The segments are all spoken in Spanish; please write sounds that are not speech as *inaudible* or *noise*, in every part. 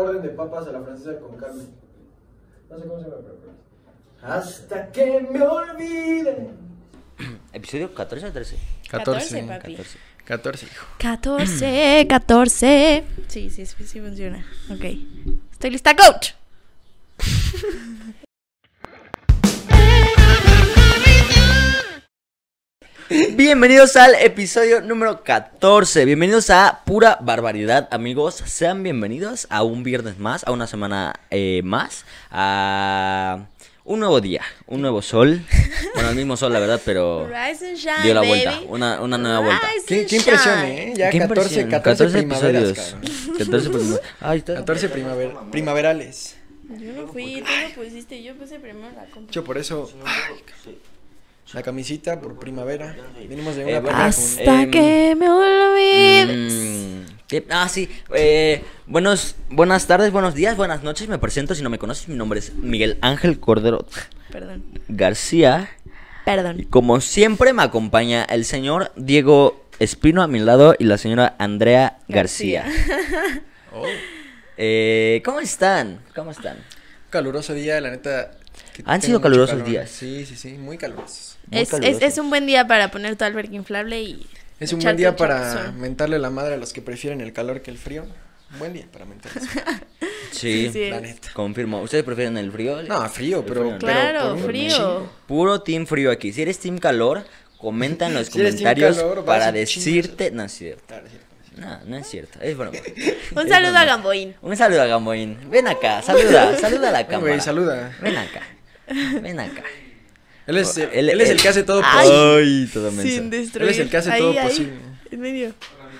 orden de papas a la francesa con carne. No sé cómo se llama, pero. pero- Hasta que me olvide. ¿Episodio 14 o 13? 14. 14, papi. 14. 14, hijo. 14, *clears throat* 14. Sí, sí, sí, sí funciona. Ok. Estoy lista, coach. Bienvenidos al episodio número 14. Bienvenidos a Pura Barbaridad, amigos. Sean bienvenidos a un viernes más, a una semana eh, más, a un nuevo día, un nuevo sol. Bueno, el mismo sol, la verdad, *laughs* pero Rise and shine, dio la baby. vuelta, una, una nueva vuelta. Rise Qué, and qué impresión, shine. ¿eh? Ya Qué 14, impresión, 14, primaveras, cabrón. 14 primaveras. Ay, está- 14 primaver- primaverales. Yo no fui, tú no pusiste, yo puse primero la compra. Yo por eso. ay, la camisita por primavera. Venimos de Eh, una bueno, buena as- comunidad. Hasta Em, que me olvides. Mm, ¿qué? Ah, sí. eh, buenos, buenas tardes, buenos días, buenas noches. Me presento, si no me conoces, mi nombre es Miguel Ángel Cordero Perdón, García. Y perdón. como siempre me acompaña el señor Diego Espino a mi lado y la señora Andrea García. *laughs* Oh, Eh, ¿Cómo están? ¿Cómo están? caluroso día, la neta. que Han tengo sido mucho calurosos calor. días. Sí, sí, sí, muy calurosos. Muy Es, es, caluroso. es un buen día para poner tu alberca inflable y. Es un echarte buen día para chapuzón. mentarle la madre a los que prefieren el calor que el frío. Buen día para *laughs* mentarles. Sí, sí. la neta. confirmo. ¿Ustedes prefieren el frío? No, frío, El pero. frío, ¿no? pero Claro, por un frío. chingo. Puro team frío aquí. Si eres team calor, comenta en los Si eres team comentarios calor, vas para un chingo. decirte... No es cierto. Claro, sí. No, no es cierto. Es broma. *laughs* Un saludo a Gamboín. Un saludo a Gamboín. Ven acá, saluda, *laughs* saluda a la Oye, cámara. güey, saluda. Ven acá. Ven acá. Él es, el- él es el que hace todo por. Ay, todo menso. Sin destruir. Él es el que hace todo posible. En medio.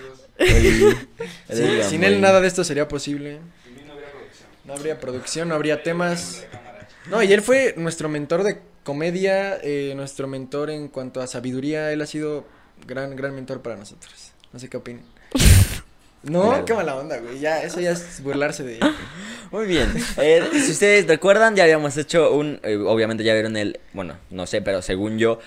*laughs* Él Sí, es sin Gamboín. él nada de esto sería posible. No habría producción, no habría temas. No, y él fue nuestro mentor de comedia, eh, nuestro mentor en cuanto a sabiduría. Él ha sido gran, gran mentor para nosotros. No sé *laughs* qué opinan. No, Claro. qué mala onda, güey. Ya, eso ya es burlarse de él. Muy bien. Eh, si ustedes recuerdan, ya habíamos hecho un. eh, obviamente ya vieron el. Bueno, no sé, pero según yo.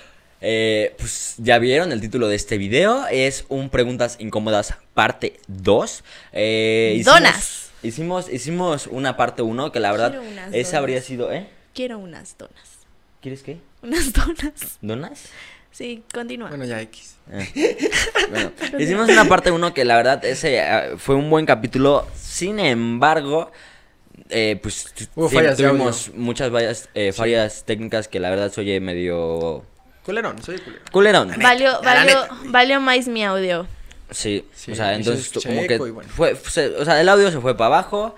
eh, pues ya vieron el título de este video. Es un Preguntas Incómodas parte 2. Eh, hicimos- Donas. Hicimos, hicimos una parte 1 que la verdad. Quiero unas Esa donas. habría sido. ¿Eh? Quiero unas donas. *laughs* ¿Quieres qué? Unas donas. ¿Donas? Sí, continúa. Bueno, ya X. Ah. Bueno, hicimos una parte 1 que la verdad ese ah, fue un buen capítulo. Sin embargo, eh, pues tu- Hubo sí, fallas de tuvimos muchas fallas, eh, fallas técnicas que la verdad se oye medio Culerón, soy culero. culerón. valió, valió, valió más mi audio. Sí, Sí, o sea, y se entonces escucha como que eco y bueno. fue, se- o sea, el audio se fue para abajo.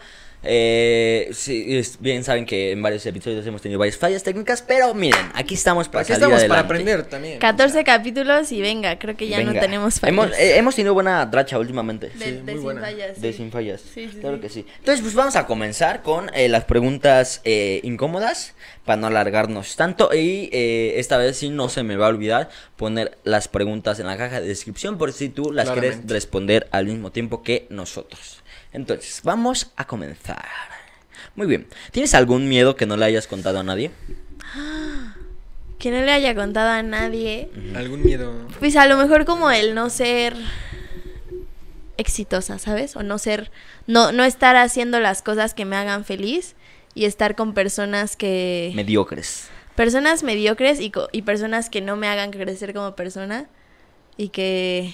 Eh, sí, es- bien saben que en varios episodios hemos tenido varias fallas técnicas, pero miren, aquí estamos para Aquí salir estamos para adelante. aprender también. 14 capítulos y venga, creo que ya no Venga. tenemos fallas. Hemos, eh, hemos tenido buena racha últimamente. de, sí, de muy sin buena. fallas, sí. De sin fallas. Sí, sí, claro sí. que sí. Entonces, pues vamos a comenzar con eh, las preguntas eh, incómodas para no alargarnos tanto. Y eh, esta vez sí no se me va a olvidar poner las preguntas en la caja de descripción por si tú las quieres Claramente. responder al mismo tiempo que nosotros. Entonces, vamos a comenzar. Muy bien. ¿Tienes algún miedo que no le hayas contado a nadie? Que no le haya contado a nadie. Algún miedo. Pues a lo mejor como el no ser exitosa, ¿sabes? O no ser, no, no estar haciendo las cosas que me hagan feliz y estar con personas que... Mediocres. personas mediocres y, co- y personas que no me hagan crecer como persona y que,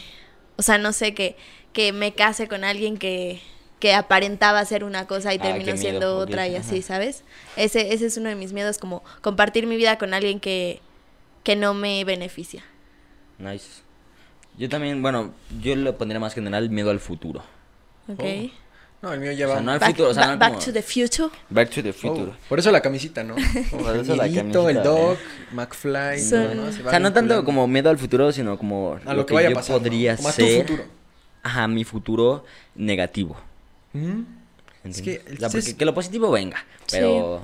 o sea, no sé, que, que me case con alguien que, que aparentaba ser una cosa y Ah, qué terminó miedo, siendo ok, otra y así, ajá. ¿sabes? Ese, ese es uno de mis miedos, como compartir mi vida con alguien que, que no me beneficia. Nice. Yo también, bueno, yo le pondría más general miedo al futuro. ¿Ok? Oh, No, el mío O ya va. sea, no al Back, futuro, Ah, o sea, ba- no back como- to the future. Back to the Oh, Future. por eso la camisita, ¿no? *laughs* Por eso la Infinito, el camisita, Doc, McFly. Son- ¿no? Se O va sea, no tanto vinculando. como miedo al futuro, sino como A lo que vaya a yo pasar, ¿no? podría Como a tu ser. futuro. Ajá, mi futuro negativo. Ujú. Es ¿entiendes? que el O sea, chiste porque es- que lo positivo venga, pero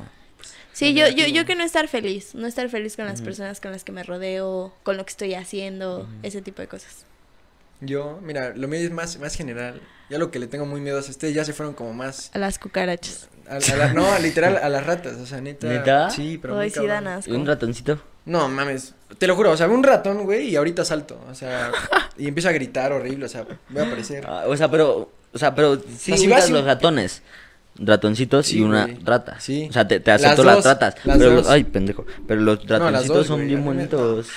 Sí, yo, yo, yo que no estar feliz, no estar feliz con las personas con las que me rodeo, con lo que estoy haciendo, ese tipo de cosas. Yo, mira, lo mío es más, más general. Ya lo que le tengo muy miedo es ustedes ya se fueron como más. A las cucarachas. a- a *laughs* la- no, literal, a las ratas. O sea, neta. ¿Neta? Sí, pero. muy Hoy sí cabrón. dan asco. ¿Y un ratoncito. No, mames. Te lo juro, o sea, veo un ratón, güey, y ahorita salto. O *laughs* sea, y empiezo a gritar horrible. O sea, voy a aparecer. Ah, o sea, pero o sea, pero sí O sea, si ubicas vas y- los ratones. ratoncitos Sí, y una güey. rata. Sí. O sea, te, te Las acepto las, dos, ratas. las pero, dos. Ay, pendejo. Pero los las ratoncitos dos, son güey, bien la neta. bonitos.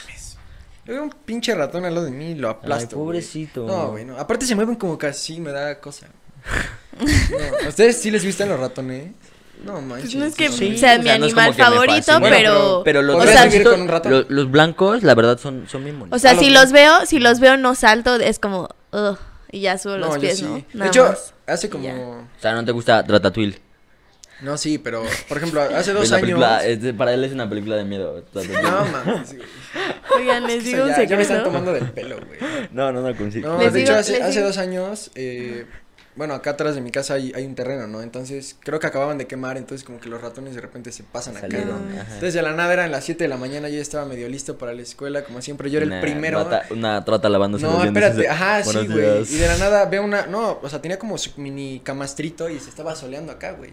Yo veo un pinche ratón al lado de mí y lo aplasto. güey. pobrecito. No, güey, no. Aparte se mueven como casi, me da cosa. No, ¿A ustedes sí les gustan los ratones? No manches. Pues no es que Sí, sea o mi sea, no es como animal que me favorito, fascine. Bueno, pero, Pero los, o ¿Podrías sea, vivir ratoncitos- con un ratón? lo- los blancos, la verdad, son, son bien bonitos. o sea, Ah, los si veo. los veo, si los veo no salto, es como "Ugh", y ya subo los yo pies, sí. ¿no? De Nada hecho, más. hace como. ya. O sea, no te gusta Ratatouille. No, sí, pero. Por ejemplo, *laughs* hace Es dos una años. película- es de- para él es una película de miedo. Ratatouille. *laughs* No, mames. güey. Oigan, O *laughs* les sea, digo un ya, ya me están secreto. tomando del pelo, güey. No, no, no, con sí. No, Les de digo- hecho, hace, les hace digo- dos años, eh, bueno, acá atrás de mi casa hay, hay un terreno, ¿no? Entonces, creo que acababan de quemar, entonces como que los ratones de repente se pasan acá, ¿no? Salieron, ajá. Entonces, de la nada eran las 7 de la mañana, yo ya estaba medio listo para la escuela, como siempre, yo era Una el primero. rata- una trata lavándose No, los dientes. espérate, dice, ajá, sí, "Buenos güey. días". Y de la nada veo una, no, o sea, tenía como su mini camastrito y se estaba soleando *laughs* acá, güey.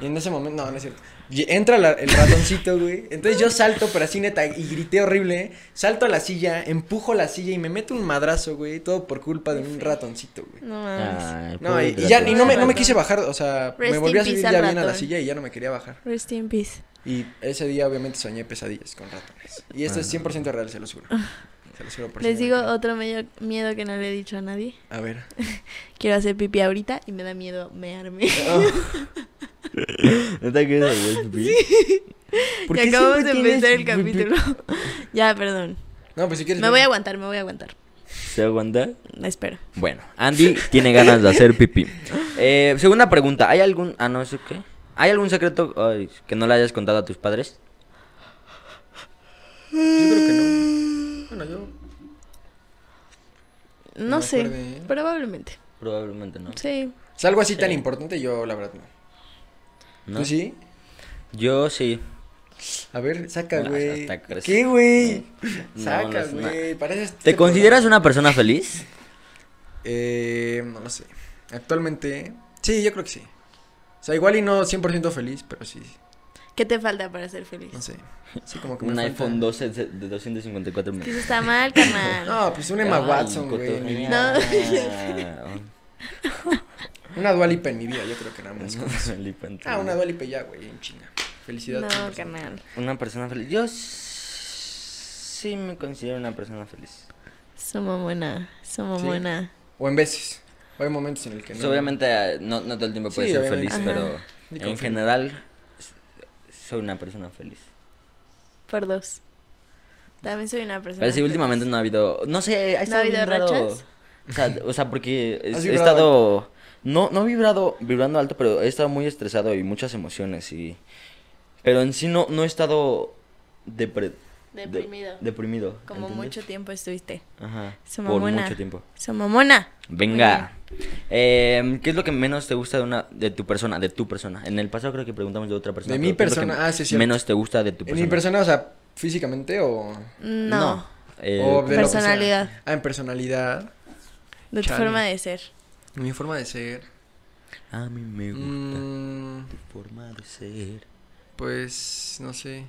Y en ese momento, no, no es cierto. Y entra la- el ratoncito, güey. Entonces yo salto, pero así neta, y grité horrible. Salto a la silla, empujo la silla y me meto un madrazo, güey. Todo por culpa de un ratoncito, güey. No mames. Ay, No, pobre y, y ya, ratón. y no me, no me Ratón. quise bajar, o sea, Rest me volví a in subir peace ya al bien a la ratón. silla y ya no me quería bajar. Rest in peace. Y ese día, obviamente, soñé pesadillas con ratones. Y esto es 100% real, se lo juro. Se lo juro por Ah. Les señora digo Karen. otro medio- miedo que no le he dicho a nadie. *laughs* A ver. Quiero hacer pipí ahorita y me da miedo mearme. Ah. *laughs* *laughs* ¿Neta que es, güey, pipí? *laughs* ¿Por Ya qué acabamos de siempre tienes empezar el pipí? capítulo. *laughs* ya, perdón. No, pues si quieres. Me ven. voy a aguantar, me voy a aguantar. ¿Se aguanta? Espero. Bueno, Andy tiene ganas de hacer *laughs* pipí. Eh, segunda pregunta, ¿hay algún... Ah, no, ¿eso qué? ¿Hay algún secreto ay, que no le hayas contado a tus padres? Yo creo que no. Bueno, yo. No me sé, acuerde, ¿eh? probablemente. Probablemente no. Sí. O sea, algo así tan importante, yo la verdad no. ¿No? ¿Tú Pues sí? Yo sí. A ver, saca, No, güey. hasta crees. ¿Qué, güey? *laughs* No, no saca, es una- güey. este Pareces. ¿Te consideras una persona feliz? Eh, no lo sé. Actualmente. Sí, yo creo que sí. O sea, igual y no 100% feliz, pero sí. ¿Qué te falta para ser feliz? No sé. Así como que me Un falta- iPhone 12 de de 254 Que eso mil. está mal, *laughs* carnal. No, pues una Emma Ay, Watson, güey. en mi cotorrea. vida. *laughs* No. Una Dualipa en mi vida, yo creo que nada *laughs* más. con eso. Ah, una una... Dualipa ya, güey, en chinga. Felicidad. No, 100%. carnal. una persona feliz. Yo s- sí me considero una persona feliz. Somos buena, somos Sí. buena. O en veces. O hay momentos en el que no. Pues, obviamente eh, no, no todo el tiempo Sí, puedes ser obviamente. feliz, Ajá. pero Y en confirmo. general s- soy una persona feliz. Por dos. También soy una persona. Pero sí, feliz. últimamente no ha habido, no sé, ha ¿No estado ha habido bien raro. rachas? O sea, o sea, porque he, *laughs* ¿Has he vibrado estado, no, no he vibrado, vibrando alto, pero he estado muy estresado y muchas emociones y, pero en sí no, no he estado depre- de- Deprimido. deprimido. Como ¿entiendes? mucho tiempo estuviste. Ajá, Su por mamona. mucho tiempo. Somos buena. Venga. Em, ¿Qué es lo que menos te gusta de una de tu persona, de tu persona? En el pasado creo que preguntamos de otra persona. De pero mi ¿qué es lo que persona? Ah, sí, es cierto. Menos te gusta de tu ¿En persona. mi persona, o sea, físicamente o...? No. Eh, o de lo que sea? Personalidad. Ah, en personalidad. De tu Chale. forma de ser. Mi forma de ser. A mí me gusta Mm, tu forma de ser. pues, no sé.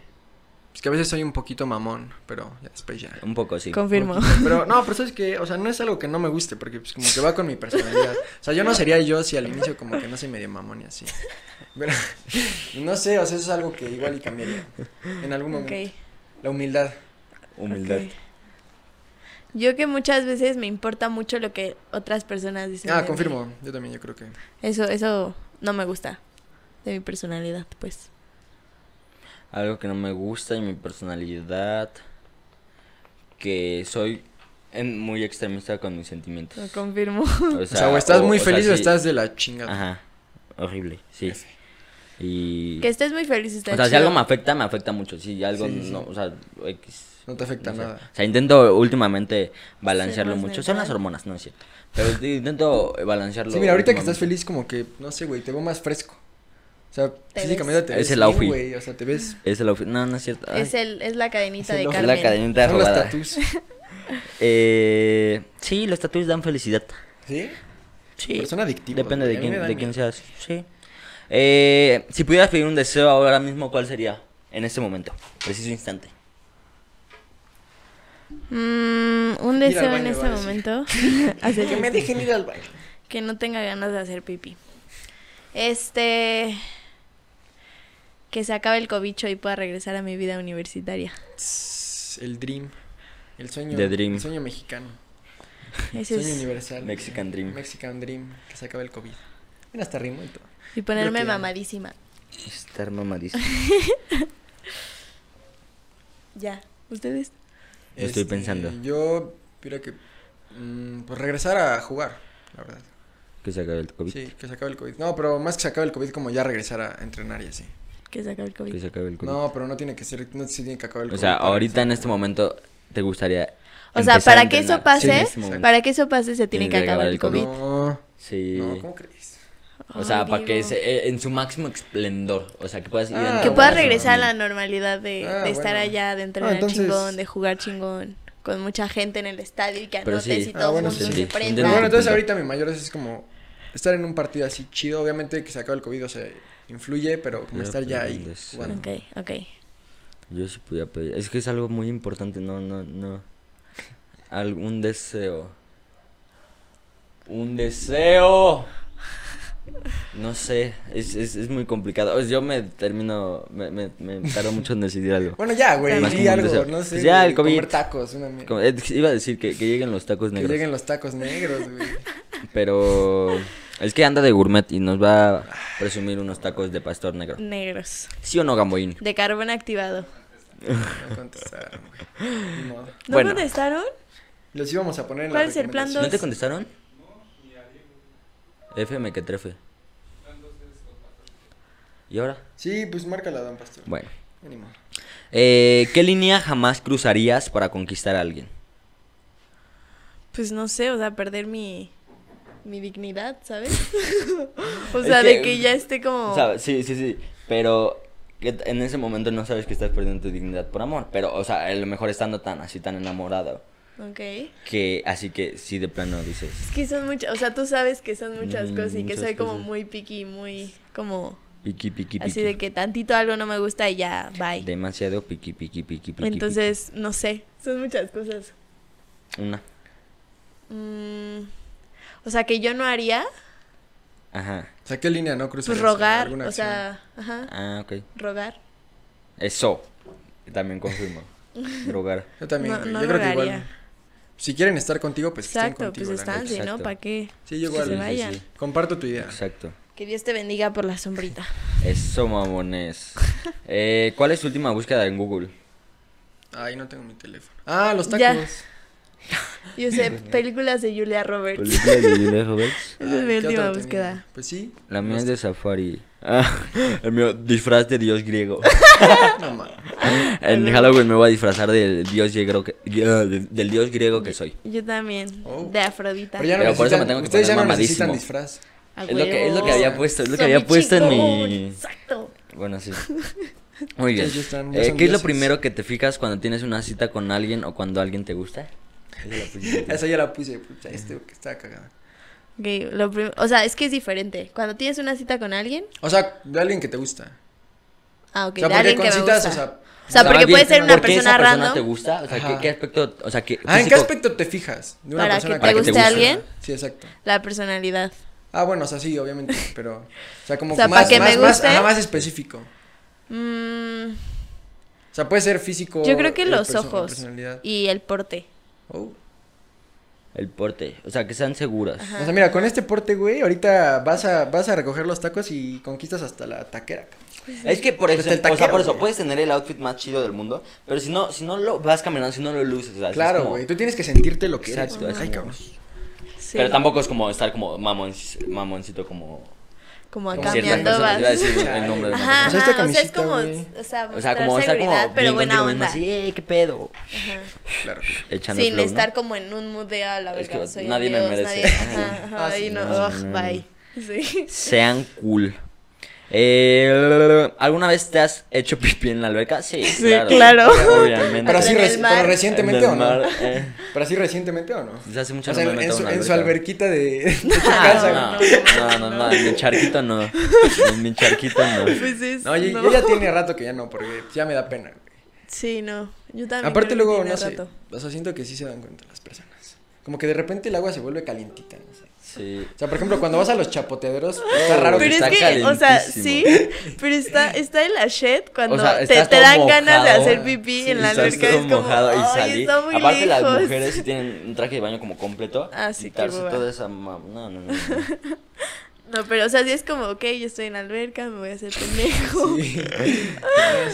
Es que a veces soy un poquito mamón, pero ya después ya. Un poco, sí. Confirmo. Pero, no, pero sabes que, o sea, no es algo que no me guste, porque pues como que va con mi personalidad. O sea, *laughs* yo no sería yo si al inicio como que no soy medio mamón y así. Pero, *laughs* no sé, o sea, eso es algo que igual y cambiaría en algún momento. *laughs* Ok. La humildad. Humildad. ok. Yo que muchas veces me importa mucho lo que otras personas dicen. de Ah, mí. confirmo, yo también, yo creo que. Eso, eso no me gusta. De mi personalidad, pues. Algo que no me gusta y mi personalidad. Que soy em, muy extremista con mis sentimientos. Lo confirmo. O O sea, o estás muy sea, feliz o sí. estás de la chingada. Ajá. Horrible, sí. Y... que estés muy feliz está O sea, si chido. algo me afecta, me afecta mucho. Si algo Sí, sí, sí. no, o sea, X. No te afecta no sé. nada. O sea, intento últimamente balancearlo Ser más mucho. Son las neutral. hormonas, no es cierto. Pero sí, intento balancearlo. Sí, mira, ahorita que estás últimamente. feliz, como que, no sé, güey, te veo más fresco. O sea, Te físicamente ves. te Es ves. el bien, outfit. güey, o sea, te ves. Es el outfit- No, no es cierto. Ay, Es, el, es la cadenita Es el de es ojo. Carmen. la cadenita Son los robada. *laughs* tatús. Eh, sí, los tatuajes dan felicidad. ¿Sí? Sí. Pues Pero son adictivos, Depende güey, de a mí me quién, dan de miedo. quién seas. Sí. Eh, si pudieras pedir un deseo ahora mismo, ¿cuál sería? En este momento, preciso instante. Mm, un Ir al deseo en baño, va este a *laughs* decir. momento. *laughs* hacer Que me pipí. dejen ir al baño. que no tenga ganas de hacer pipí. Este. Que se acabe el cobicho y pueda regresar a mi *laughs* vida universitaria. Tss, El dream. El sueño. The dream. El sueño mexicano. Ese sueño es. universal. Mexican dream. Mexican dream. Que se acabe el COVID. Mira, hasta ritmo y todo. Y ponerme Creo que- mamadísima. Estar mamadísimo. Ya. ¿Ustedes? Estoy pensando. Este, Yo, mira que. mm, pues regresar a jugar, la verdad. *laughs* Que se acabe el COVID. Sí, que se acabe el COVID. No, pero más que se acabe el COVID, como ya regresar a entrenar y así. Que se acabe el Que COVID. se acabe el COVID. No, pero no tiene que ser. No se tiene que acabar o el COVID. sea, para ahorita regresar. en este momento te gustaría. O sea, empezar a para que eso entrenar. Sí, en pase, este momento. para que eso pase se tiene que Tienes que acabar el acabar COVID. el No, Sí. no, ¿cómo crees? O sea, Ay, para que Diego. se, eh, en su máximo esplendor. O sea, que puedas ir Ah, Que entrando pueda a su regresar a la ritmo. normalidad de, Ah, de estar bueno. allá, de entrenar Ah, entonces- chingón, de jugar chingón, con mucha gente en el estadio y que Pero anotes sí. y Ah, todos bueno, juntos sí, sí. se Entiendo. prendan. Bueno, entonces Punto. ahorita mi mayor es como estar en un partido así chido. Obviamente que se acabe el COVID, o sea, influye, pero como Pero estar ya pues, ahí. sí. jugando. Ok, ok. Yo sí podía pedir. Es que es algo muy importante, no, no, no. Algún deseo. Un deseo. No sé, es, es, es muy complicado. O sea, yo me termino, me, me, me tardo mucho en decidir algo. Bueno, ya, güey, Más di como un algo, deseo. no sé. Pues ya, güey, el COVID. Comer tacos, una mierda. Como- eh, Iba a decir que, que lleguen los tacos Que negros. lleguen los tacos negros, güey. Pero es que anda de gourmet y nos va a presumir unos tacos de pastor negro. Negros. ¿Sí o no, Gamboín? De carbón activado. No contestaron, güey. Ni modo. ¿No Bueno. contestaron? Los íbamos a poner en ¿Cuál la es el plan ¿No recomendación. te contestaron? FM que trefe. ¿Y ahora? Sí, pues márcala, don Pastor. Bueno. Ni modo. Eh, ¿Qué línea jamás cruzarías para conquistar a alguien? Pues no sé, o sea, perder mi, mi dignidad, ¿sabes? *laughs* o Es sea, de que- que ya esté como... O sea, sí, sí, sí. Pero que t- en ese momento no sabes que estás perdiendo tu dignidad por amor. Pero, o sea, a lo mejor estando tan así, tan enamorado. Ok. Es Que así que sí, de plano dices. que son muchas, o sea, tú sabes que son muchas Mm, cosas y que muchas soy como cosas. muy picky, muy como... Piqui, piqui, piqui. Así de que tantito algo no me gusta y ya, bye. Demasiado piqui, piqui, piqui, piqui. Entonces, no sé, son muchas cosas. piqui. Una. Mm, o sea, que yo no haría, Ajá. O sea, ¿qué línea no cruzas? pues rogar, o sea, ajá, Ah, ok. rogar. Eso. También *laughs* confirmo. Drogar. Yo también, No- güey, no yo creo que rogaría. igual. Si quieren estar contigo, pues que Exacto, estén contigo. pues la están, neta. si no, exacto. ¿para qué? Sí, yo Que se igual. vayan. Comparto tu idea. Exacto. Que Dios te bendiga por la sombrita. Eso, *laughs* mamones. Eh, ¿Cuál es tu última búsqueda en Google? Ay, no tengo mi teléfono. Ah, los tacos. Ya. *laughs* *laughs* *laughs* Yo sé, películas de Julia Roberts. *laughs* Esa Ay, es mi ¿qué última otra tenía? búsqueda. Pues sí. La mía los es de *laughs* Safari. Ah, el mío, disfraz de dios *laughs* griego. tacos. No, ma. En Halloween me voy a disfrazar del dios griego que, del dios griego que soy. Yo también, Oh. de Afrodita. Pero ya no Pero por eso me necesitan- tengo que Ustedes ya poner no mamadísimo. necesitan disfraz. A Es lo, que, es lo que huevo. había puesto, es lo que Soy había mi puesto en chingón, mi... Exacto. Bueno, *laughs* sí. Muy bien. Ya están, ya Eh, son ¿Qué es lo dioses. primero que te fijas cuando tienes una cita con alguien o cuando alguien te gusta? Esa la pusiste tú. Esa ya la puse. Puta, este que estaba cagada. Ok, lo prim- o sea, es que es diferente. Cuando tienes una cita con alguien, O sea, de alguien que te gusta. ah, ok, o sea, de porque alguien con que me citas, gusta. o sea. O sea, O sea, porque más Ah, bien, puede ser una ¿por qué persona esa persona random. te gusta? O sea, ¿qué, Ajá. qué aspecto? O sea, ¿qué Ah, ¿en qué físico- aspecto te fijas? De Para que te Para que te guste guste. alguien. Sí, exacto. La personalidad. Ah, bueno, o sea, sí, obviamente, *laughs* pero. O sea, como O sea, más, para que me más, más, guste. ajá, más específico. O Mm, sea, puede ser físico. yo creo que eh, los perso- ojos personalidad. y el porte. Oh. El porte. O sea, que sean seguras. O sea, mira, con este porte, güey, ahorita vas a, vas a recoger los tacos y conquistas hasta la taquera. Es que por Pues el ejemplo, o sea, taquero, por eso güey. puedes tener el outfit más chido del mundo, pero si no, si no lo vas caminando, si no lo luces, o sea, es Claro, como- güey. Tú tienes que sentirte lo que Exacto, eres. es Ay, como- cabrón. Sí. Pero tampoco es como estar como mamon, mamoncito como Como como ciertas cambiando personas, vas. iba a decir Chale. el nombre de una Ajá, O sea, ajá, esta o sea, es camisita, como, güey. o sea, persona. O sea, como estar mostrar como seguridad, pero bien buena contigo mismo, onda. así, "Ey, qué pedo." Ajá. Claro. Echando Sin flow, ¿no? estar como en un mood de a la Es verga, que soy nadie me amigos, merece. nadie- ajá, *laughs* ajá, Ah, sí, y no, no, ugh, no, no. bye. *laughs* *laughs* Sí. Sean cool. Eh, ¿Alguna vez te has hecho pipí en la alberca? Sí, Sí, claro. claro. Obviamente. Pero así en el reci- mar. pero recientemente En o el no. mar, eh, Pero así recientemente o no. desde hace mucho O sea, no en, me meto a en su, una en su alberca. alberquita de, *laughs* de *laughs* tu casa. güey. Ah, No, no, no, no, en mi charquito no. En mi charquito no. *laughs* Pues es, No, yo, yo no. ya tiene rato que ya no, porque ya me da pena. güey. Sí, no. Yo también. Aparte creo que luego, tiene no sé, rato. o sea, siento que sí se dan cuenta las personas. Como que de repente el agua se vuelve calientita, no sé. Sí. O sea, por ejemplo, cuando vas a los chapoteaderos, Oh. está raro Pero que es está que, o sea, calentísimo. sí, pero está, está en la shed cuando O sea, te, estás te todo dan ganas de mojado. hacer pipí Sí, en la estás alberca. todo Es como, mojado y "Ay, salí. está muy Aparte las lejos". mujeres sí tienen un traje de baño como completo. Ah, sí, qué Quitarse hueva. toda esa ma- no, no, no, no. *laughs* No, pero o sea, sí es como, ok, yo estoy en la alberca, me voy a *laughs* hacer *laughs* pendejo.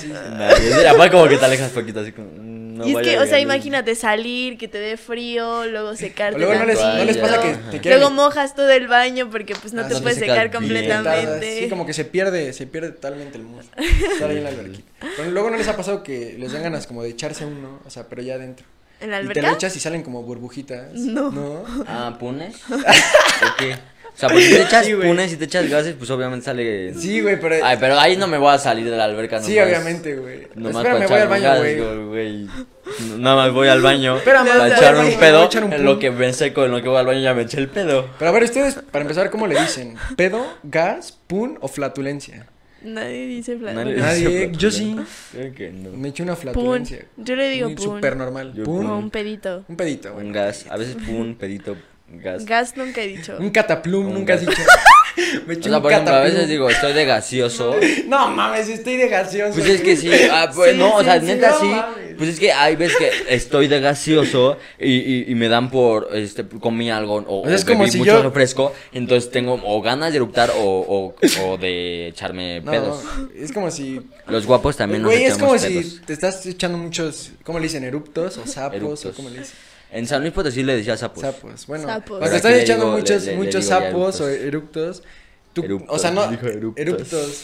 Nadie. Aparte como que te alejas poquito así como mm, no y es vaya que, o sea, llegando. imagínate salir, que te dé frío, luego secarte. O luego la no les, no les pasa que toalla. te quieren. Luego mojas todo el baño porque pues no Ah, te sí, puedes se secar calienta. completamente. Sí, como que se pierde, se pierde totalmente el muslo. Estar ahí en la alberquita. Pero luego no les ha pasado que les dan ganas como de echarse uno, o sea, pero ya adentro. ¿En la Y te lo alberca? echas y salen como burbujitas. No. Ah, ¿punes? ¿O qué? O sea, *laughs* pues si te echas Sí, güey. punes, si te echas gases, pues obviamente sale... Sí, güey, pero. Ay, pero ahí no me voy a salir de la alberca sí, nomás. obviamente, güey. Nomás para Espera, me voy al echar un baño, gas, güey. güey. N- Nada más voy al baño Espera, para más, echar voy un al baño, pedo. voy a echar un en lo pum. que me seco, en lo que voy al baño ya me eché el pedo. Pero a ver, ustedes, para empezar, ¿cómo le dicen? ¿Pedo, gas, pun o flatulencia? Nadie dice plan. Nadie Pun. Nadie, dice yo sí. Creo que no. Me eché una flatulencia. Yo le digo pun. Súper normal. Yo Como pun. Pun. un pedito. Un pedito, güey. Un gas, a veces un pedito gas. Gas nunca he *laughs* dicho. Un cataplum, Un nunca has gas. *laughs* dicho. Me O eché sea, un por ejemplo, a cataplum. veces digo, estoy de *laughs* gaseoso. No mames, estoy de gaseoso. Pues es que sí, ah, pues Sí, no, o sí, sea, sí, neta no sí. mames. Pues es que hay veces que estoy de gaseoso y, y, y me dan por, este, comí algo o, O sea, es o bebí como si mucho yo- refresco, entonces tengo o ganas de eructar o, o, o de echarme No, pedos. es como si. Los guapos también nos Güey, es como echamos si pedos. te estás echando muchos. ¿Cómo le dicen? ¿Eruptos o sapos? Eructos. ¿O cómo le dicen? En San Luis Potosí le decía sapos. Sapos. Bueno, Sapos. o te Pero Pues aquí estás le echando digo- le- muchos, le- le muchos digo ya sapos o eructos. eructos. Tú, Eructos, o sea, no. dijo Eruptos. eructos.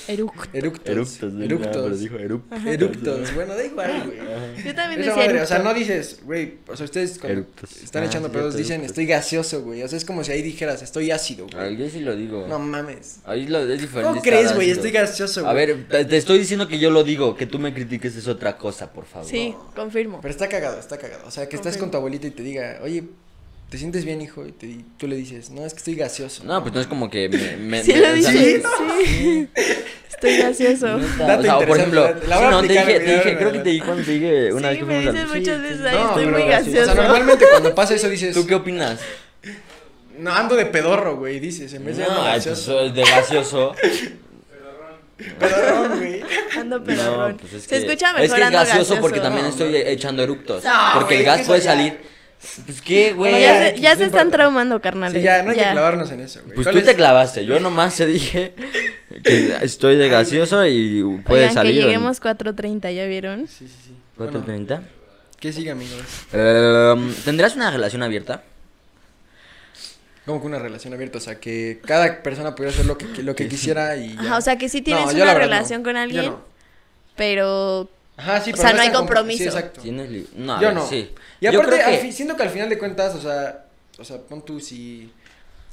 Eruptos. Eructos. Eructo. güey, nada, pero dijo eructos. Eructos. Bueno, da igual, güey. Yo también Esa decía madre, o eructo. sea, no dices, güey, o sea, ustedes cuando Eructos. están Ah, echando sí, pedos cierto, dicen, eructos. estoy gaseoso, güey, o sea, es como si ahí dijeras, estoy ácido, güey. Ay, yo sí lo digo. No mames. Ahí lo, es diferente. ¿Cómo estar crees, güey? ácido. Estoy gaseoso, güey. A ver, te, te estoy diciendo que yo lo digo, que tú me critiques es otra cosa, por favor. Sí, confirmo. Pero está cagado, está cagado. O sea, que estás Ok. con tu abuelita y te diga, oye, ¿te sientes bien, hijo? Y te di- tú le dices, no, es que estoy gaseoso. No, pues no es como que me, me- Sí me- lo o sea, dije. *laughs* Sí. Estoy gracioso. neta, Dato o sea, o por interesante, ejemplo, la- la sí, voy a no, te dije, aplicar, te güey, a ver, dije, a creo ver. que te dije cuando te dije una vez Sí, que me fuimos dices al- muchas sí, veces, sí. ay, estoy muy O sea, gaseoso. normalmente cuando pasa eso dices, ¿Tú qué opinas? no, ando de pedorro, güey, dices, en vez de ando No, ay, pues, gaseoso. soy de gaseoso. Pedorrón, güey. Ando pedorrón. No, pues es Se que- escucha mejor Es que es ando gaseoso porque también No, estoy güey. echando eructos. No, Porque güey, el es que gas eso puede ya- salir. Pues qué, Bueno, güey. ya ya, se, ya no importa. se están traumando, carnales. Sí, ya, no hay que clavarnos en eso, güey. Pues ¿Cuál tú es- te clavaste, yo nomás te dije que estoy de gaseoso y puede Oigan, salir. que en lleguemos 4.30, ¿ya vieron? Sí, sí, sí. Bueno, 4:30. ¿Qué sigue, amigos? Em, ¿Tendrás una relación abierta? Como que una relación abierta, o sea, que cada persona pudiera hacer lo que, que- lo que quisiera y ya. Ajá, o sea, que sí tienes No, yo una la verdad relación no. con Yo alguien, no. pero... Ajá, sí, O pero sea, no es hay tan compro- compromiso. Sí, exacto. ¿Tienes li- No, a Yo ver, no. sí. Y Yo aparte, creo al que- fin- siento que al final de cuentas, o sea, o sea, pon tú si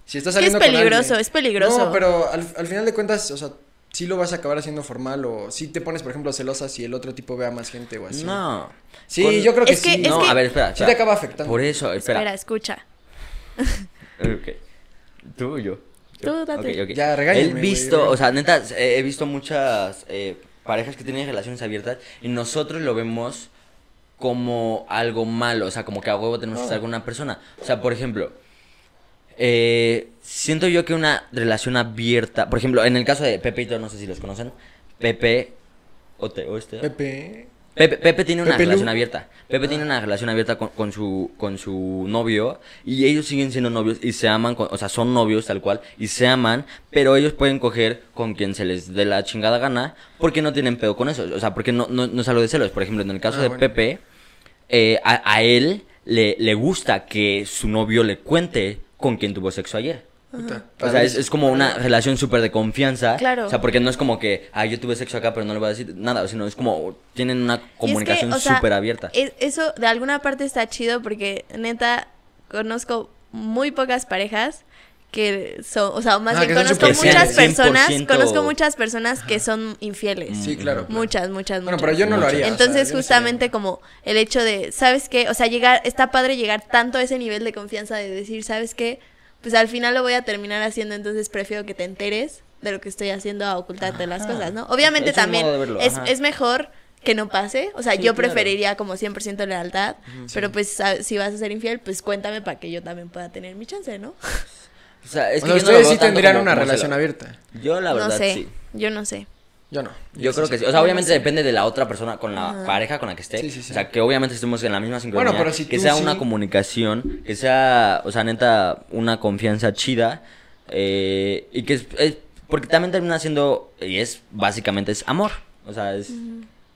si estás Es que es saliendo con alguien- peligroso, es peligroso. No, pero al, al final de cuentas, o sea, sí lo vas a acabar haciendo formal o si te pones, por ejemplo, celosa si el otro tipo ve a más gente o así. No. Sí, Con- yo creo que, Es que- sí. es No, que- a ver, espera. Sí espera. te acaba afectando. Por eso, espera. Espera, escucha. Eh, Ok. Tú yo. Tú date. Ok, ok. Ya, regáñame, He güey, visto, regáñame. o sea, neta, eh, he visto muchas eh, parejas que tienen relaciones abiertas y nosotros lo vemos como algo malo, o sea, como que a huevo tenemos que Ah. estar con una persona. O sea, por ejemplo, eh, siento yo que una relación abierta, por ejemplo, en el caso de Pepe y Teo, no sé si los conocen, Pepe o, Teo, o este. Pepe. Pepe, Pepe tiene una Pepe Lu. relación abierta. Pepe tiene una relación abierta con, con su con su novio y ellos siguen siendo novios y se aman, con- o sea, son novios tal cual y se aman, pero ellos pueden coger con quien se les dé la chingada gana porque no tienen pedo con eso, o sea, porque no no, no es algo de celos. Por ejemplo, en el caso Ah, de bueno. Pepe eh, a, a él le, le gusta que su novio le cuente con quien tuvo sexo ayer. Puta. O sea, es, es como una relación súper de confianza. Claro. O sea, porque no es como que, ah, yo tuve sexo acá, pero no le voy a decir nada. Sino es como, tienen una comunicación o súper sea, eh, abierta. Es- eso de alguna parte está chido porque neta conozco muy pocas parejas que son, o sea, más Ah, bien que son conozco superfieles. muchas personas, 100%. conozco muchas personas que son infieles. Sí, claro. Muchas, muchas, muchas. Bueno, pero yo no lo haría. o sea, Entonces, yo no sería- justamente como el hecho de, ¿sabes qué? O sea, llegar, está padre llegar tanto a ese nivel de confianza de decir, ¿sabes qué? Pues al final lo voy a terminar haciendo, entonces prefiero que te enteres de lo que estoy haciendo a ocultarte las Ajá. cosas, ¿no? Obviamente Es un también modo de verlo, es, ajá. es mejor que no pase, o sea, Sí, yo claro. preferiría como 100% lealtad, pero pues a- si vas a ser infiel, pues cuéntame para que yo también pueda tener mi chance, ¿no? O sea, es que yo O sea, no lo ustedes veo sí tanto tendrían como- una como se relación lo- abierta. Yo la verdad no sé, sí. yo no sé. Yo no. Yo creo que sí. O sea, obviamente depende de la otra persona con la pareja con la que esté. Sí, sí, sí. O sea, que obviamente estemos en la misma sincronía. Bueno, pero si que tú sea sí- una comunicación, que sea, o sea, neta, una confianza chida. eh, y que es, es- Porque también termina siendo. Y es básicamente es amor. O sea, es.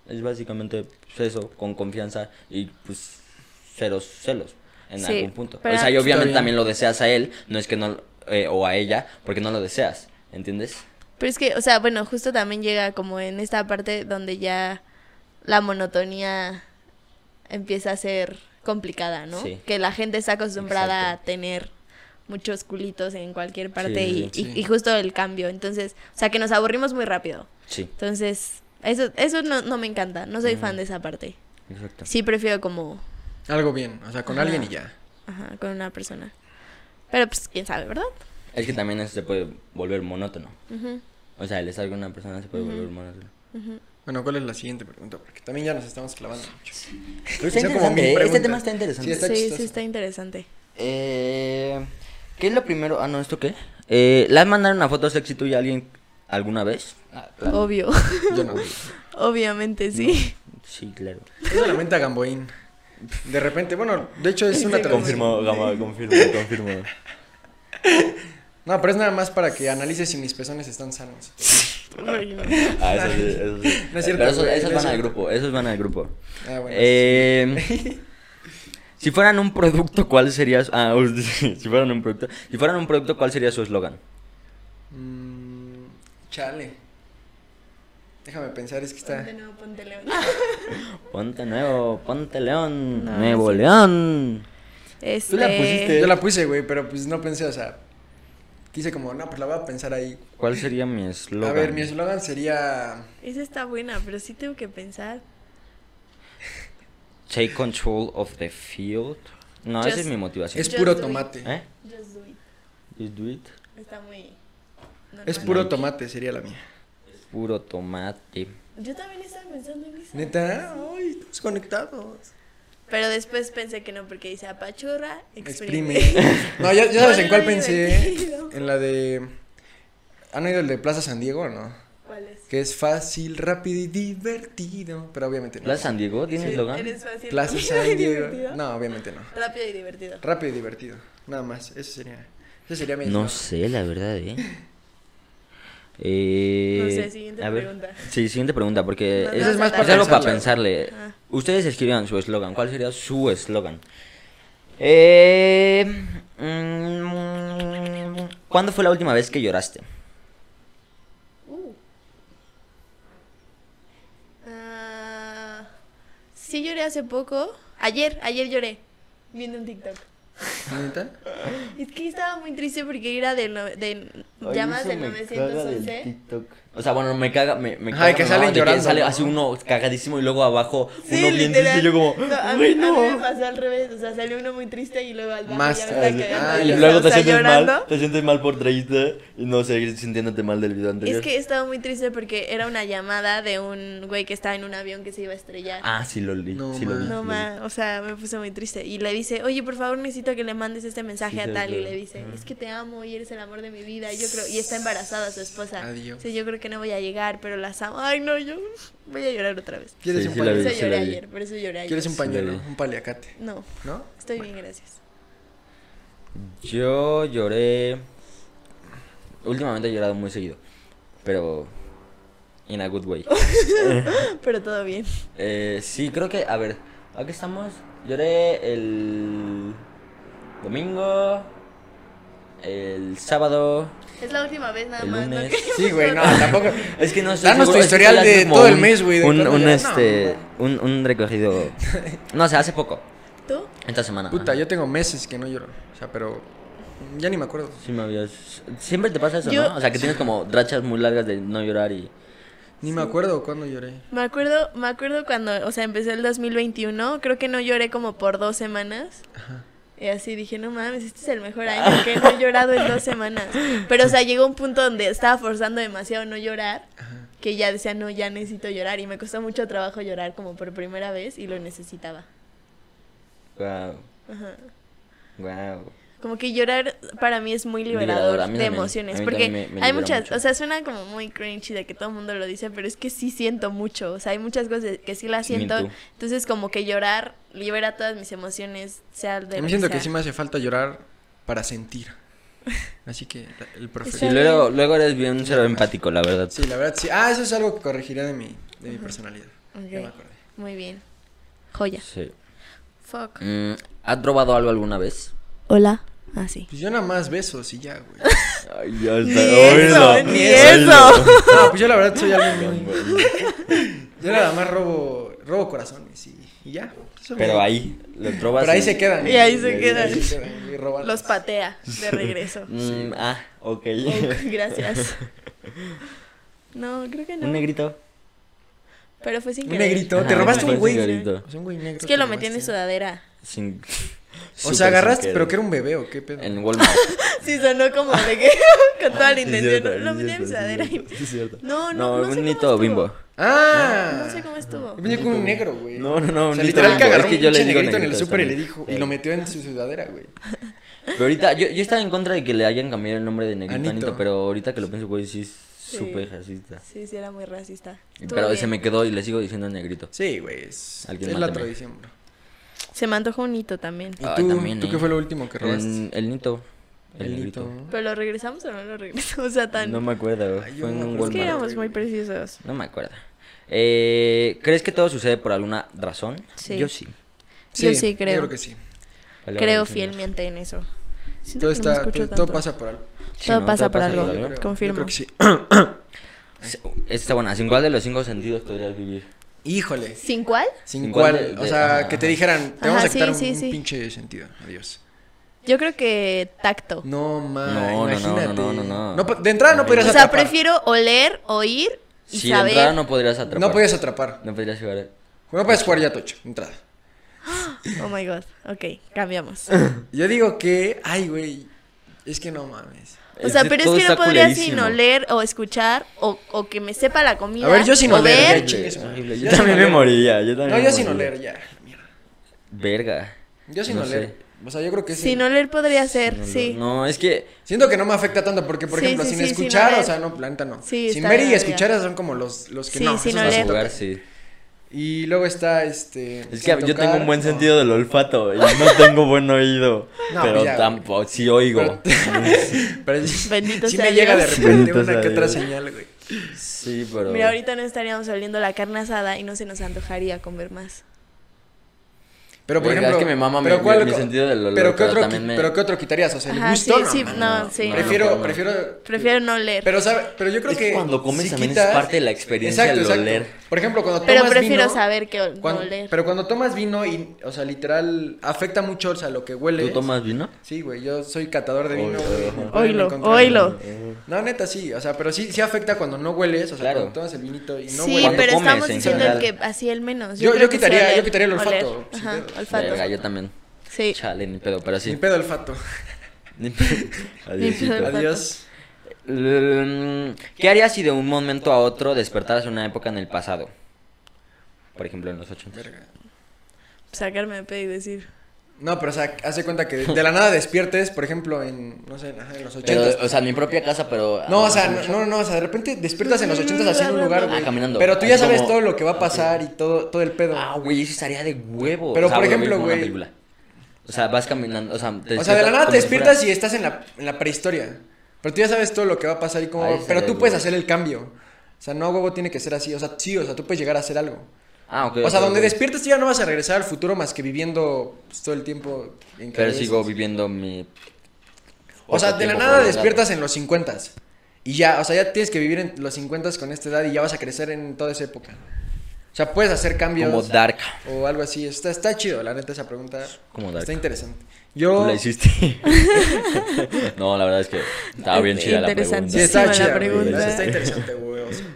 Es básicamente pues, eso, con confianza y pues ceros, celos en Sí, algún punto. pero- o sea, y Está obviamente bien. también lo deseas a él, no es que no. eh, o a ella, porque no lo deseas. ¿Entiendes? Pero es que, o sea, bueno, justo también llega como en esta parte donde ya la monotonía empieza a ser complicada, ¿no? Sí. Que la gente está acostumbrada Exacto. a tener muchos culitos en cualquier parte Sí, y, sí, y- sí. y justo el cambio. Entonces, o sea, que nos aburrimos muy rápido. Sí, Entonces, eso, eso no, no me encanta. No soy fan de esa parte. exacto. Sí prefiero como, Algo bien, o sea, con Ajá. alguien y ya. ajá, con una persona. Pero pues, quién sabe, ¿verdad? Es que también eso se puede volver monótono. Ujú. O sea, el estar con una persona se puede volver monótono. Bueno, ¿cuál es la siguiente pregunta? Porque también ya nos estamos clavando mucho. Pero Son como mil Este preguntas. tema está interesante. Sí, está sí, chistoso. sí está interesante. Eh, ¿Qué es lo primero? Ah, no, ¿esto qué? Eh, ¿Le has mandado una foto sexy tuya a alguien alguna vez? Obvio. Yo no. *laughs* Obviamente, sí. Sí, claro. Yo solamente a Gamboín. De repente, bueno, de hecho es *laughs* una tradición. Confirmo, Gama, confirmo, confirmo. No, pero es nada más para que analices si mis pezones están sanos. *laughs* Ay, no. Ah, eso sí, eso sí. No es cierto, Pero esos, güey, esos no es van al cierto. grupo, esos van al grupo. Ah, bueno. Eh, si fueran un producto, ¿cuál sería su... Ah, *laughs* si fueran un producto... Si fueran un producto, ¿cuál sería su eslogan? Mm, chale. Déjame pensar, es que está. Ah. Ponte nuevo, ponte león. Ponte nuevo, ponte león, No, nuevo sí. león. Este... pusiste. Yo la puse, güey, pero pues no pensé, o sea. Quise como, no, pues la voy a pensar ahí. ¿Cuál sería mi eslogan? A ver, mi eslogan sería. Esa está buena, pero sí tengo que pensar. Take control of the field. No, esa es Just- mi motivación. Es Yo puro soy- tomate. ¿Eh? Just do it. Just do it. Está muy... normal. Es puro tomate, sería la mía. Puro tomate. Yo también estaba pensando en eso. Neta, ay, estamos conectados. Pero después pensé que no, porque dice apachurra, exprime. Exprime. *laughs* No, ya, ya sabes en Ponle cuál lo pensé. divertido. En la de. ¿Han oído el de Plaza San Diego o no? ¿Cuál es? Que es fácil, rápido y divertido. Pero obviamente no. ¿La San Diego tiene eslogan? Eres fácil. Plaza rápido y San Diego. divertido. No, obviamente no. Rápido y divertido. Rápido y divertido. Nada más. Eso sería. Eso sería pues, mi. No sé, la verdad, *laughs* ¿eh? Eh, No sé, siguiente a ver. pregunta. Sí, siguiente pregunta, porque No, es, no, es más no, para no. Ah. algo para pensarlo. pensarle. Ajá. Ustedes escriban su eslogan. ¿Cuál sería su eslogan? Eh, mm, ¿Cuándo fue la última vez que lloraste? Uh. Ah, sí lloré hace poco. Ayer, ayer lloré. Viendo un TikTok. ¿Neta? Es que estaba muy triste porque era del no- de llamadas del 911. O sea, bueno, me caga, me, me Ajá, caga que mi salen mamá de llorando, sale ¿no? así uno cagadísimo y luego abajo Sí, uno bien triste literal. y yo como, No, a, mí, "Güey, a no". mí me pasó al revés. O sea, salió uno muy triste y luego al bajo Más ya me tarde. estaba Ah, cagando. y de luego risa, te o sea, sientes mal, llorando. te sientes mal por traíste y no seguir sintiéndote mal del video anterior. Es que estaba muy triste porque era una llamada de un güey que estaba en un avión que se iba a estrellar. Ah, sí lo leí, No sí lo leí. mames. No ma, o sea, me puse muy triste. Y le dice, oye, por favor, necesito que le mandes este mensaje Sí, sí, a tal. Y claro. le dice, es que te amo y eres el amor de mi vida. Y yo creo, y está embarazada su esposa. Adiós. Sí, yo creo que no voy a llegar, pero las amo. Ay, no, yo voy a llorar otra vez. ¿Quieres Sí, un sí, Por la pañuelo? eso vi, sí lloré la vi. ayer, por eso lloré ayer. ¿Quieres un pañuelo? Sí, la vi. Un paliacate. No, ¿No? estoy *laughs* bien, gracias. Yo lloré. Últimamente he llorado muy seguido. Pero. In a good way. *laughs* Pero todo bien. Eh, sí, creo que. A ver, aquí estamos. Lloré el. Domingo. El sábado. Es la última vez nada El más. ¿no? *laughs* lunes. Que- Sí, güey, no, tampoco. Es que no estoy Danos tu seguro, es que estoy historial de haciendo todo como el mes, güey, de Un, cuándo un, lloras. este, un, un recogido. *laughs* No, o sea, hace poco. ¿Tú? Esta semana. Puta, ajá. yo tengo meses que no lloro. O sea, pero. Ya ni me acuerdo. Sí me habías. Siempre te pasa eso, Yo- ¿no? O sea, que tienes como rachas muy largas de no llorar y. Ni me acuerdo cuándo lloré. Me acuerdo, me acuerdo cuando, o sea, empezó el 2021, creo que no lloré como por dos semanas. Y así dije, no mames, este es el mejor año que no he llorado en dos semanas. Pero, o sea, llegó un punto donde estaba forzando demasiado no llorar, que ya decía, no, ya necesito llorar. Y me costó mucho trabajo llorar como por primera vez y lo necesitaba. Wow. Ajá. Wow. Como que llorar para mí es muy liberador, Liberador, a mí de también, emociones. a mí Porque también me- me hay libera muchas, mucho. o sea, suena como muy cringy de que todo el mundo lo dice, pero es que sí siento mucho. O sea, hay muchas cosas que sí las Me siento. too. Entonces, como que llorar libera todas mis emociones, sea de. A lo mí siento sea. que sí me hace falta llorar para sentir. Así que la- el profe. Sí, Sí, luego, luego eres bien cero empático, la verdad. Sí, la verdad sí. Ah, eso es algo que corregiré de mi, de mi personalidad. Ok. Ya me acordé. Muy bien. Joya. Sí. Fuck. Mm, ¿Has robado algo alguna vez? Hola. Ah, sí. Pues yo nada más besos y ya, güey. Ay, ya Ni eso, ni eso. *laughs* No, pues yo la verdad soy alguien muy. Yo nada más robo, robo corazones y, y ya. Eso me- Pero ahí, lo robas. Pero ahí y- se quedan. Y ahí se quedan. ahí se quedan, y roban. Los patea *laughs* de regreso. Mm, ah, ok. Ok, gracias. No, creo que *laughs* no. Un negrito. Pero fue sin Un querer. negrito, Ajá, te robaste fue un güey. sin querer. O sea, Pues un güey negro Es te que lo metí en mi robaste. sudadera. *laughs* Sin- *laughs* O súper sin sea, agarraste, querer. pero que era un bebé o qué pedo. En *laughs* Walmart. Sí, sonó como *laughs* de que *laughs* con toda la Sí, intención. cierto, lo sí, metí en cierto, mi sudadera sí, y... cierto, sí, cierto. *laughs* No, no, No, no sé un cómo nito estuvo. bimbo. Ah. No sé cómo estuvo. Yo pensé que un negro, güey. No, no, no, O sea, un literal negrito que bimbo. agarró Es que un yo le pinche digo negrito en el negrito súper y le también. dijo. Y lo metió en su sudadera, güey. Pero ahorita, yo, yo estaba en contra de que le hayan cambiado el nombre de negrito a Anito. Anito, pero ahorita que lo pienso, güey, sí es súper racista. Sí, sí, era muy racista. Estuvo Pero bien. se me quedó y le sigo diciendo negrito. Sí, güey. Es, Alguien es la mátame. tradición, bro. Se me antojó un hito también. ¿Y Ay, tú? también, ¿Tú eh. qué fue lo último que robaste? El, el Nito. El, El negrito. hito. ¿Pero lo regresamos o no lo regresamos? *laughs* O sea, tan... No me acuerdo, Ay, yo fue en no me un acuerdo. es que Walmart. éramos muy preciosos. No me acuerdo. Eh, ¿Crees que todo sucede por alguna razón? Sí. Yo sí. Yo sí creo. Yo creo que sí. Palabra Creo del señor. fielmente en eso. Siento Todo, que no me está, escucho todo, todo tanto. pasa por algo. Sí, Todo ¿no? pasa por por algo, algo. Yo confirmo. creo que sí. Sí, Está buena. ¿Sin cuál de los cinco sentidos podrías vivir? Híjole. ¿Sin cuál? Sin Sin cuál. cuál de- Ah. o de- sea, ajá. que te dijeran, te vamos Ajá, a quitar sí, un, sí, sí. un pinche sentido. Adiós. Yo creo que tacto. No, ma, No, no, no, imagínate. no, no, no. po- de entrada no Horrible. podrías o sea, atrapar. prefiero oler, oír y si saber. entrada no podrías atrapar. No podías atrapar. No podrías jugar. No podías jugar ya tocho, de entrada. Oh my god. Ok, *laughs* cambiamos. Yo digo que, ay, güey, es que no mames. O sea, que pero es todo que no está podría sin culerísimo. oler o escuchar o, o que me sepa la comida. A ver, yo sin o oler, ver. ya, chingue Horrible, su madre. horrible. Yo Yo sin también me oler. moriría. Yo también No, me yo sin moriría. oler, ya, la mierda. Verga. Yo sin No oler. sé. O sea, yo creo que sí. Sin oler podría ser, Sin oler. sí. No, es que. Siento que no me afecta tanto porque, por Sí, ejemplo, sí, sin sí, sin escuchar, oler. o sea, no, la neta no. Sí, sin está ver y bien. escuchar son como los, los que Sí, no. esos sin no Para se oler. jugar, tocan. sí. Y luego está este. Es que sin yo tengo tocar, un buen no. sentido del olfato y no *laughs* tengo buen oído. No, pero ya. tampoco, sí oigo. *laughs* Pero sí, Bendito sí sea me llega de Dios. repente Bendito una sea que otra Dios. señal, güey. Sí, pero. Mira, ahorita no estaríamos oliendo la carne asada y no se nos antojaría comer más. Pero por Verga, ejemplo, es que me mama mi- pero mi- cuál- mi sentido del olor, pero qué pero otro, también qui- me- pero qué otro quitarías, o sea, el Ajá, gusto. sí, no, sí, man. no, sí. prefiero, no. prefiero Prefiero no oler. Pero Pero, sabe, pero yo creo Es que que cuando comes también es parte de la experiencia el oler. Por ejemplo, cuando tomas prefiero vino, saber que ol- cuando- no oler. Pero cuando tomas vino y, o sea, literal afecta mucho, o sea, lo que huele. ¿Tú tomas vino? Sí, güey, yo soy catador de Oilo, vino. ajá. Oilo, Oilo, oilo. No, neta sí, o sea, pero sí sí afecta cuando no hueles, o sea, Claro. cuando tomas el vinito y no sí, hueles. Cuando pero comes, estamos en diciendo el que general. así el menos. Yo- creo yo que sí quitaría- oler. yo quitaría el olfato, Oler. sin Ajá, pedos. olfato. Verga, yo también. Sí. Chale, ni pedo, pero Ni sí. pedo el fato. Ni pedo. *laughs* Adiósito. pedo. Olfato. Adiós. Mm, ¿Qué harías si de un momento a otro despertaras en una época en el pasado? Por ejemplo, en los 80. Verga. Sacarme de pedo y decir. No, pero o sea, hace cuenta que de, de la nada despiertes, por ejemplo, en, no sé, ajá, en los Pero, ochentas. o sea, en mi propia casa, pero. No, o sea, no, no, no, o sea, de repente despiertas en los ochentas así en un lugar, güey. Ah, caminando. Pero tú ya Así sabes como- todo lo que va a pasar y todo, todo el pedo. Ah, güey, eso estaría de huevo. Pero, O sea, por lo veo ejemplo, como una güey. película. O sea, vas caminando, o sea, te o sea, de la nada te despiertas y y estás en la, en la prehistoria. Pero tú ya sabes todo lo que va a pasar y cómo. Ahí va- Pero estaría tú puedes bien. hacer el cambio. O sea, no a huevo tiene que ser así. O sea, sí, o sea, tú puedes llegar a hacer algo. Ah, ok. O sea, ok, donde ok. despiertas tú ya no vas a regresar al futuro más que viviendo pues, todo el tiempo en que Pero regresas. sigo viviendo mi. O sea, otro de la tiempo nada prolongado. despiertas en los 50 y ya, o sea, ya tienes que vivir en los 50 con esta edad y ya vas a crecer en toda esa época. O sea, puedes hacer cambios Como Dark. o algo así. Está, está chido, la neta, esa pregunta. Como Dark. Está interesante. Tú Yo. la hiciste. *laughs* no, la verdad es que estaba bien chida la pregunta. Interesante. Sí, está la chida. güey, pregunta. la neta Está interesante, güey. o sea.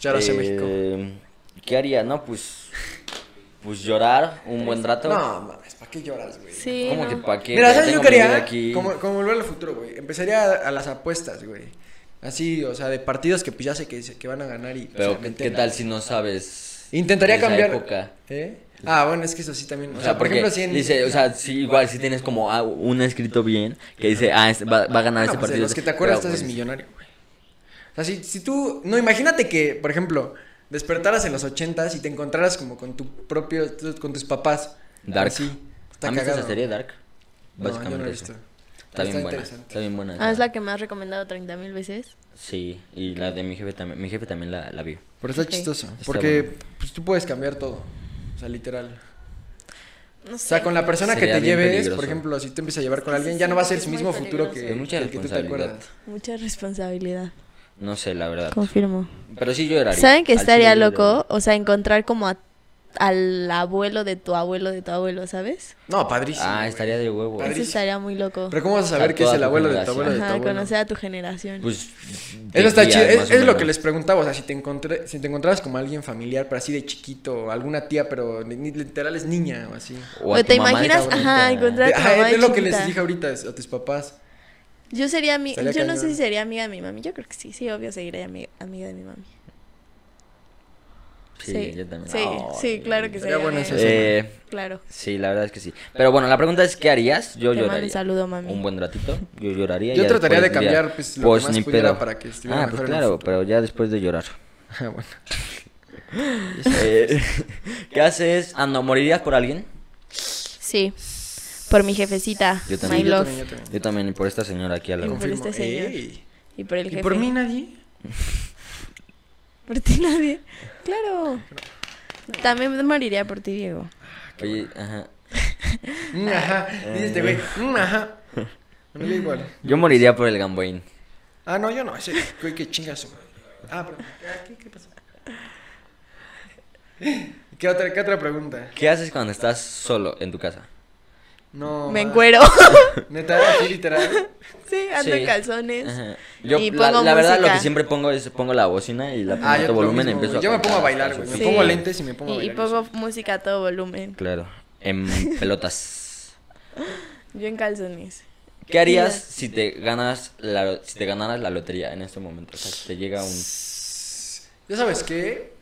Ya lo sé, Eh, México. ¿Qué haría? No, pues. Pues llorar un buen rato. No, mames, ¿para qué lloras, güey? Sí. ¿Cómo que no. para qué? Mira, güey? ¿sabes Tengo yo mi vida quería? aquí. Como, como volver al futuro, güey. Empezaría a, a las apuestas, güey. Así, o sea, de partidos que pues ya sé que, que van a ganar y. o Pero, sea, ¿qué, qué meterla. tal si no sabes Intentaría de esa cambiar. época. ¿Eh? Ah, bueno, es que eso sí también. O sea, por porque ejemplo, si en. dice, o sea, sí, igual si tienes como ah, un escrito bien que dice, ah, este va, va a ganar No, este pues, de partido. los que te acuerdas, te Pero, haces pues, millonario, güey. O sea, si, si tú. No, imagínate que, por ejemplo, despertaras en los ochentas y te encontraras como con tu propio. tu- con tus papás. Dark. Sí. Está ¿Han visto cagado. esa serie Dark? No, yo no Básicamente la he eso. visto. Está bien buena. interesante. Está bien buena. Ah, es esa. la que me has recomendado 30 mil veces. Sí, y la de mi jefe también, mi jefe también la, la vio. Pero está Ok. chistoso. Está porque bueno. pues, tú puedes cambiar todo. O sea, literal. No O sea, con la persona Sería que te bien lleves, peligroso. por ejemplo, si te empiezas a llevar con Sí, alguien, sí, ya no va a sí, ser es su muy mismo futuro que, peligroso. Es mucha que el que tú te responsabilidad. acuerdas. Mucha responsabilidad. No sé, la verdad. Confirmo. Pero sí lloraría. ¿Saben que Al estaría chile yo loco? O sea, encontrar como a- al abuelo de tu abuelo de tu abuelo, ¿sabes? No, lloraría. padrísimo. Ah, güey. estaría de huevo. Eso Padrísimo. estaría muy loco. Pero ¿cómo vas a sea, saber que es toda el tu abuelo de tu generación. abuelo de tu Ajá, abuelo? conocer a tu generación. Pues. Eso está de chido. guía, Es, más o es lo que menos. les preguntaba. O sea, si te, encontré, si te encontrabas como alguien familiar, pero así de chiquito, o alguna tía, pero ni- ni- literal es niña o así. a Pero tu te mamá de imaginas, favorita. ajá, encontrar- Era tu Ajá, mamá es de lo que les chiquita. dije ahorita es- a tus papás. Yo sería amiga, yo Estaría no sé cañón. si sería amiga de mi mami. Yo creo que sí, sí, obvio seguiría amiga, amiga de mi mami. Sí, yo también. Sí, Ay. sí, claro que Estaría sería. bueno eso, amiga de mi sí. Eh, mami, Claro. sí, la verdad es que sí. Pero bueno, la pregunta es: ¿qué harías? Yo Te mando lloraría. un saludo, mami. Un buen ratito. Yo lloraría. Yo ya trataría después de diría, cambiar, pues, lo que más ni pudiera pedo. para que estuviera Ah, pues mejor en el claro, futuro. pero ya después de llorar. *laughs* Ah, bueno. Eh, *laughs* ¿Qué haces? Ah, no, ¿morirías por alguien? Sí. Por mi jefecita, Yo my también. yo love. también, yo también. Yo también, y por esta señora aquí al lado. Por este señor. Ey. Y por el jefe. ¿Y por mí nadie? *laughs* Por ti nadie. Claro. También moriría por ti, Diego. Oye, ajá. Mm, ajá. Dice este Eh. güey. mm, *laughs* ajá. No le igual. Yo moriría por el Gamboín. Ah, no, yo no. Ese güey que chinga su madre. Ah, pero. ah, ¿Qué, qué pasó? ¿Qué otra, ¿Qué otra pregunta? ¿Qué haces cuando estás solo en tu casa? No. Me ma. encuero. *laughs* Neta, así literal. sí, ando en Sí. calzones. Ajá. Yo, Y la, pongo la verdad, lo música. que siempre pongo es pongo la bocina y la pongo Ah, a yo alto lo volumen y mismo, empiezo güey. Yo me cantar pongo a hasta bailar, que güey. se Me Sí. pongo suba. lentes y me pongo a Y, y bailar. pongo música a todo volumen. Claro, *laughs* en pelotas. Yo en calzones. ¿Qué harías si te ganas la, si te ganaras la lotería en este momento? O sea, si te llega un ¿Ya sabes qué?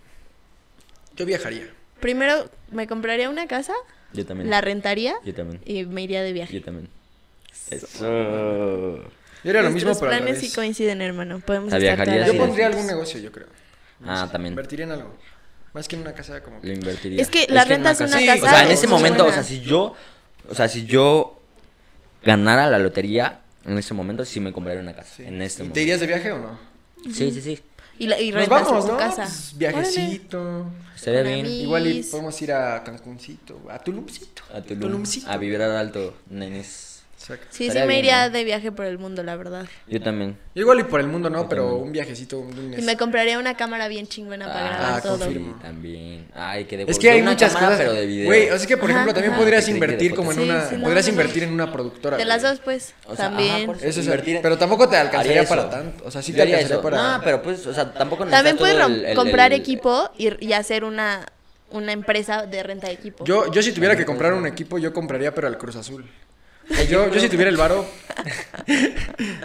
Yo viajaría. Primero me compraría una casa, yo también. la rentaría Yo también. y me iría de Yo viaje. también. Eso. Yo haría lo Nuestros mismo, pero al planes revés. sí coinciden, hermano. Podemos O sea, estar toda viajarías y la Yo vida pondría juntos. algún negocio, yo creo. Ah, también. Invertiría en algo. Más que en una casa como. Lo que- invertiría. Es que la Es que en renta es una casa- una casa. Sí, O sea, en ese muy momento, o buena. sea, si yo, o sea, si yo ganara la lotería, en ese momento sí me compraría una casa. Sí. En este ¿Y momento. ¿Te irías de viaje o no? Sí, sí, sí. Y, la- y Nos rentas vamos, tu ¿no? casa. Pues, viajecito. Estaría Con bien amigos. Igual y Is- podemos ir a Cancuncito, a Tulumcito. a Tulum, Tulumcito. a vibrar alto, nenes. Exacto. Sí, sí Estaría me bien, iría ¿no? de viaje por el mundo, la verdad. Yo también. Igual y por el mundo, ¿no? Yo Pero también. un viajecito, un un- Y me compraría una cámara bien chingona para Ah, grabar todo. confirmo. sí, también. Ay, que de Es que hay una muchas cámara, cosas. pero de video. Güey, o sea que por Ajá, ejemplo también ajá. podrías Que te quede invertir de como en fotos. una, Sí, sí, la podrías verdad. invertir en una productora. De las güey. dos, pues. O sea, ajá, también. por Eso es Invertir en- pero tampoco te Haría alcanzaría eso. para tanto, o sea, sí Yo te haría alcanzaría eso. para No, pero pues, o sea, tampoco También necesitas puedes todo rom- el- el- comprar el- equipo y, y hacer una, una empresa de renta de equipo. Yo yo si tuviera que comprar un equipo, yo compraría pero al *laughs* Cruz Azul. O sea, yo yo si tuviera el varo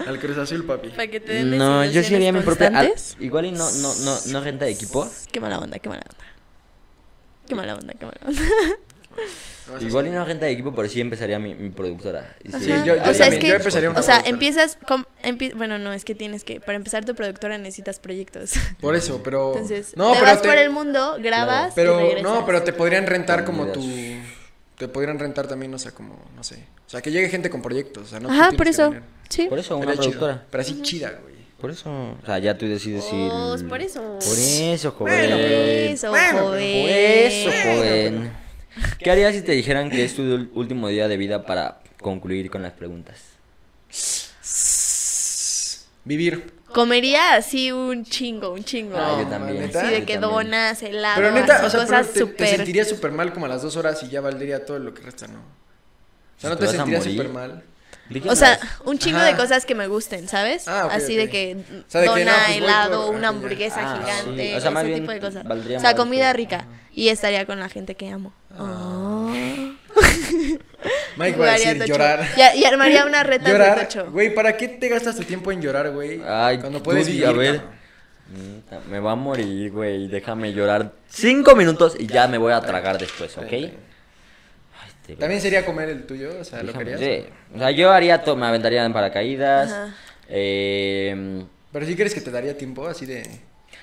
al Cruz Azul, papi. Para que te den No, yo sí haría mi propia. ah, antes Igual y no, no, no, no renta de equipo. Qué mala onda, qué mala onda. Qué mala onda, qué mala onda. Igual y no renta de equipo, pero sí empezaría mi, mi productora. Y Ajá. sí, yo- yo o sea, es también, que, yo empezaría una o sea, productora. empiezas, con- empi- bueno, no, es que tienes que, para empezar tu productora *laughs* necesitas proyectos. Oh. Por eso, pero Entonces, no, te pero vas te- por el mundo, grabas, y Pero regresas. no, pero te podrían rentar como Comidas. tu te podrían rentar también, o sea, como no sé. O sea, que llegue gente con proyectos, o sea, no tú Ajá, tienes por que eso. venir. Sí. Por eso, una Estaría chido, productora. Pero así chida, güey. Por eso. O sea, ya tú decides si. Oh, el- por eso. pues, Por eso, joven. Por eso, joven. Por eso, joven. ¿Qué harías si te dijeran que es tu ul- último día de vida para concluir con las preguntas? Vivir. Comería así un chingo, un chingo. No, Ah, yo también. ¿neta? así de Yo que también. donas, helado, Pero neta, así o sea, pero cosas te, te súper. sentirías súper mal como a las dos horas y ya valdría todo lo que resta, ¿no? O Si sea, no te te vas a sentirías morir. súper mal. Dije O sea, las- un chingo Ajá. de cosas que me gusten, ¿sabes? Ah, ok, así ok. de que O sea, de que no, dona, pues voy helado, por- una ah, hamburguesa ah, gigante, sí. O sea, más ese bien tipo de cosas. valdría O sea, más, comida pero- rica. Y estaría con la gente que amo. Ah. Ah. Mike va a decir Tocho. llorar. Y, a- y armaría *laughs* una reta de Llorar. tocho. Güey, ¿para qué te gastas tu tiempo en llorar, güey? Ay, Cuando tú puedes di, vivir, a ver. cabrón. Neta, Me va a morir, güey. Déjame llorar cinco minutos y ya me voy a tragar después, ¿ok? Ay, te veo. También sería comer el tuyo, o sea, ¿lo Déjame- querías? sí. O sea, yo haría todo, me aventaría en paracaídas. Ajá. eh, Pero si crees que te daría tiempo así de...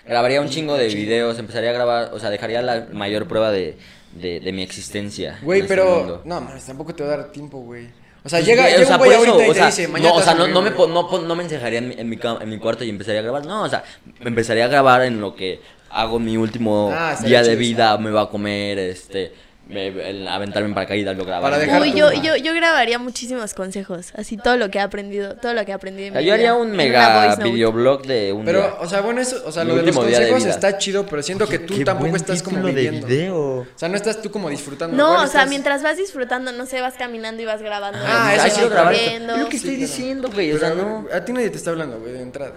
grabaría un chingo de videos, empezaría a grabar, o sea, dejaría la mayor prueba de, de, de mi existencia. en Güey, este pero... mundo. No, mames, tampoco te va a dar tiempo, güey. O sea, Pues, llega, güey, llega un por güey eso, ahorita y o te sea, dice, mañana No, o te vas sea, a no, no me, morir, po- güey". no, po- no me encejaría en mi, en, mi cam- en mi cuarto y empezaría a grabar. No, o sea, me empezaría a grabar en lo que hago mi último Ah, estaría día de chido, vida. Me va a comer, este, me, el aventarme en paracaídas, lo grabaré. Para dejar Uy, tu- yo, yo, yo grabaría muchísimos consejos, así todo lo que he aprendido, todo lo que aprendí. O En sea, mi yo vida, haría un en una mega voice note. videoblog de un día. Pero, o sea, bueno, eso, o sea, Mi lo de los último día de consejos vida. está chido, pero siento que tú Qué buen tampoco estás como título de viviendo. video. O sea, no estás tú como disfrutando. No, igual o sea, estás- mientras vas disfrutando, no sé, vas caminando y vas grabando. Ah, y eso vas sí, grabar esto. corriendo. Es lo que estoy claro. diciendo, güey. O Pero, sea, a ver, no. A ti nadie te está hablando, güey, de *laughs* entrada.